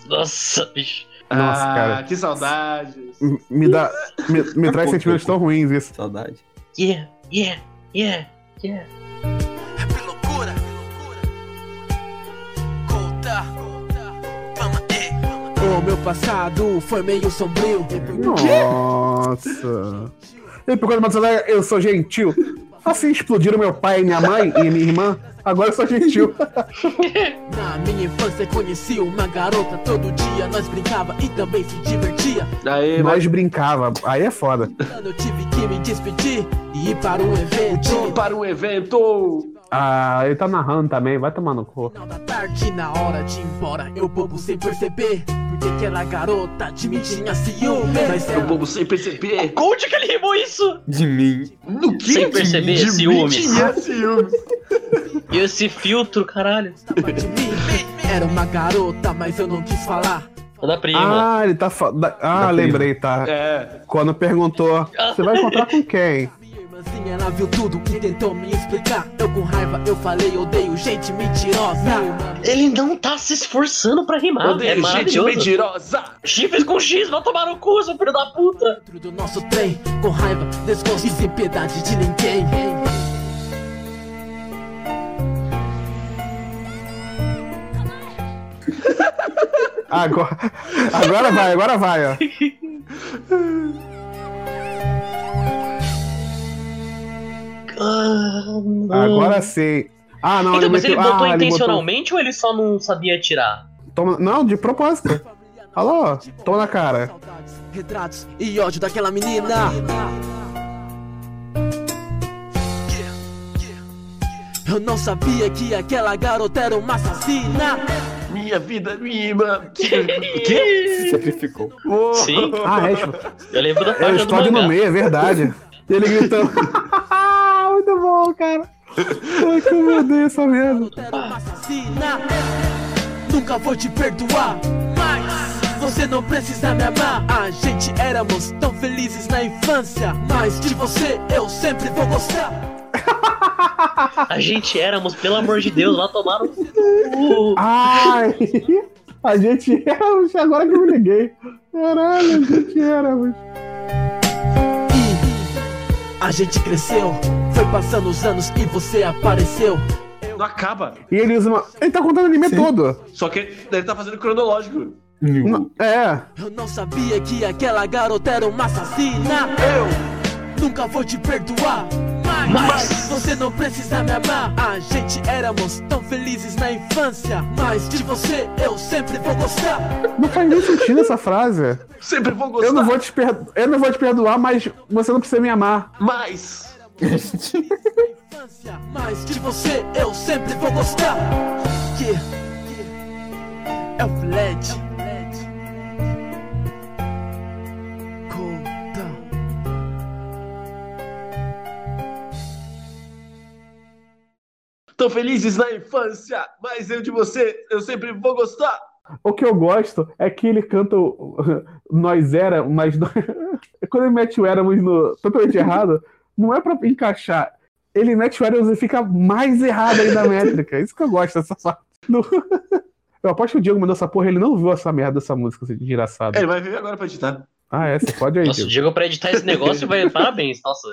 [SPEAKER 4] Nossa, bicho.
[SPEAKER 2] Nossa,
[SPEAKER 3] ah,
[SPEAKER 2] cara.
[SPEAKER 3] que saudade.
[SPEAKER 2] M- Me dá. Me, me traz sentimentos tão ruins isso.
[SPEAKER 5] Saudade.
[SPEAKER 4] Yeah, yeah, yeah, yeah.
[SPEAKER 6] O meu passado foi meio sombrio.
[SPEAKER 2] Nossa. E por conta do Matsudaira, eu sou gentil. Assim explodiram meu pai, minha mãe e minha irmã. Agora eu sou gentil.
[SPEAKER 6] Na minha infância conheci uma garota. Todo dia nós brincava e também se divertia.
[SPEAKER 2] Nós brincava. Aí é foda.
[SPEAKER 6] Quando eu tive que me despedir e ir para um evento.
[SPEAKER 3] Para um evento.
[SPEAKER 2] Ah, ele tá narrando também, vai tomar no cu.
[SPEAKER 6] Tarde na hora de ir embora, eu bobo sem perceber. Porque aquela garota de mim tinha ciúme. Mas
[SPEAKER 3] Eu bobo sem perceber.
[SPEAKER 4] Onde que ele rimou isso?
[SPEAKER 5] De mim.
[SPEAKER 3] No
[SPEAKER 4] que? Sem perceber, De mim ciúmes. tinha
[SPEAKER 3] ciúmes.
[SPEAKER 4] E esse filtro, caralho.
[SPEAKER 6] Era uma garota, mas eu não quis falar.
[SPEAKER 4] É da prima.
[SPEAKER 2] Ah, ele tá fa... da- Ah,
[SPEAKER 4] Da
[SPEAKER 2] lembrei,
[SPEAKER 4] prima.
[SPEAKER 2] tá?
[SPEAKER 4] É.
[SPEAKER 2] Quando perguntou, você vai encontrar com quem?
[SPEAKER 6] Irmãzinha, ela viu tudo e tentou me explicar. Eu com raiva, eu falei, odeio gente
[SPEAKER 2] Tá.
[SPEAKER 6] mentirosa.
[SPEAKER 4] Ele não tá se esforçando pra rimar.
[SPEAKER 6] Odeio
[SPEAKER 4] é
[SPEAKER 6] gente
[SPEAKER 4] maravilhoso.
[SPEAKER 6] mentirosa.
[SPEAKER 4] Chifres com X, vai tomar no cu, seu filho da puta.
[SPEAKER 6] Dentro do nosso trem, com raiva, desgosto e sem piedade de ninguém.
[SPEAKER 2] Agora, agora vai, agora vai, ó. Agora sim. Ah, não,
[SPEAKER 4] então, mas
[SPEAKER 2] meteu-
[SPEAKER 4] ele botou
[SPEAKER 2] ah,
[SPEAKER 4] intencionalmente ou ele só não sabia tirar?
[SPEAKER 2] Toma... Não, de propósito. Alô, toma na cara.
[SPEAKER 6] Retratos e ódio daquela menina. Eu não sabia que aquela garota era uma assassina.
[SPEAKER 3] Minha vida mima. Que?
[SPEAKER 5] Sacrificou.
[SPEAKER 4] Sim.
[SPEAKER 2] Ah, é,
[SPEAKER 4] Eu lembro da
[SPEAKER 2] É o
[SPEAKER 4] página do
[SPEAKER 2] estádio no
[SPEAKER 4] mangá.
[SPEAKER 2] meio, é verdade. E ele gritando. Muito bom, cara. Ai, que eu odeio essa merda.
[SPEAKER 6] assassina. Nunca vou te perdoar, mas você não precisa me amar. A gente éramos tão felizes na infância, mas de você eu sempre vou gostar.
[SPEAKER 4] A gente éramos, pelo amor de Deus, lá tomaram.
[SPEAKER 2] Ai! A gente era, bicho, agora que eu me liguei. Caralho, a gente era, bicho.
[SPEAKER 6] A gente cresceu, foi passando os anos e você apareceu.
[SPEAKER 3] Não acaba.
[SPEAKER 2] E ele usa uma. Ele tá contando o anime todo.
[SPEAKER 3] Só que ele tá fazendo cronológico.
[SPEAKER 2] Não- É.
[SPEAKER 6] Eu não sabia que aquela garota era uma assassina. Eu nunca vou te perdoar. Mas, você não precisa me amar. A gente éramos tão felizes na infância. Mas de você eu sempre vou gostar.
[SPEAKER 2] Não faz nem sentido essa frase.
[SPEAKER 3] Sempre vou
[SPEAKER 2] gostar. Eu não vou te, perdo... eu não vou te perdoar, mas você não precisa me amar.
[SPEAKER 3] Mas.
[SPEAKER 6] Mas de você eu sempre vou gostar. Que é o Flat.
[SPEAKER 3] Tão felizes na infância, mas eu de você, eu sempre vou gostar.
[SPEAKER 2] O que eu gosto é que ele canta o- Nós era, mas nós... quando ele mete o éramos no totalmente errado, não é pra encaixar. Ele mete o éramos e fica mais errado ainda a métrica. É Isso que eu gosto dessa parte. do- Eu aposto que o Diego mandou essa porra, ele não viu essa merda dessa música, esse desgraçado.
[SPEAKER 3] É, Ele vai vir agora pra editar.
[SPEAKER 2] Ah, é, você pode aí,
[SPEAKER 4] Nossa, o
[SPEAKER 2] Diego.
[SPEAKER 4] Diego pra editar esse negócio vai. Parabéns, nossa.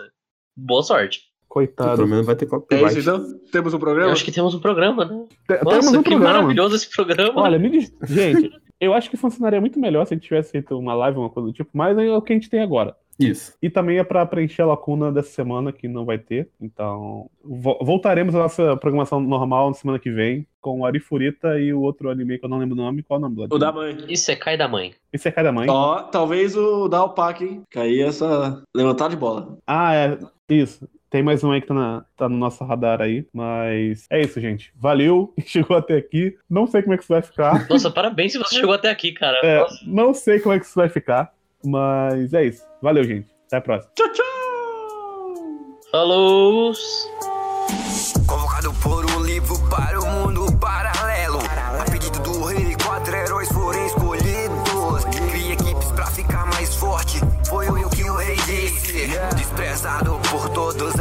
[SPEAKER 4] Boa sorte.
[SPEAKER 2] Coitado.
[SPEAKER 5] Pelo menos vai ter
[SPEAKER 3] É
[SPEAKER 5] copyright.
[SPEAKER 3] isso então? Temos um programa?
[SPEAKER 4] Eu acho que temos um programa, né?
[SPEAKER 2] Te-
[SPEAKER 4] Nossa,
[SPEAKER 2] temos um
[SPEAKER 4] que
[SPEAKER 2] programa.
[SPEAKER 4] maravilhoso esse programa.
[SPEAKER 2] Olha, me diz... gente, eu acho que funcionaria muito melhor se a gente tivesse feito uma live, uma coisa do tipo, mas é o que a gente tem agora.
[SPEAKER 5] Isso.
[SPEAKER 2] E também é pra preencher a lacuna dessa semana que não vai ter. Então, vo- voltaremos à nossa programação normal na semana que vem com o Arifurita e o outro anime que eu não lembro o nome. Qual é o nome do
[SPEAKER 3] O da
[SPEAKER 2] anime?
[SPEAKER 3] mãe.
[SPEAKER 4] Isso é cai da mãe.
[SPEAKER 2] Isso é cada mãe.
[SPEAKER 3] Ó, talvez o da Alpaca, hein? Cair essa. Levantar de bola.
[SPEAKER 2] Ah, é. Isso. Tem mais um aí que tá, na- tá no nosso radar aí. Mas é isso, gente. Valeu. Chegou até aqui. Não sei como é que isso vai ficar.
[SPEAKER 4] Nossa, parabéns se você chegou até aqui, cara.
[SPEAKER 2] É,
[SPEAKER 4] Nossa.
[SPEAKER 2] não sei como é que isso vai ficar. Mas é isso. Valeu, gente. Até a próxima.
[SPEAKER 3] Tchau, tchau.
[SPEAKER 4] Falou!
[SPEAKER 12] Convocado por um livro para o mundo paralelo. A pedido do rei, quatro heróis foram escolhidos. Cria equipes pra ficar mais forte. Foi o que o rei disse. Desprezado por todos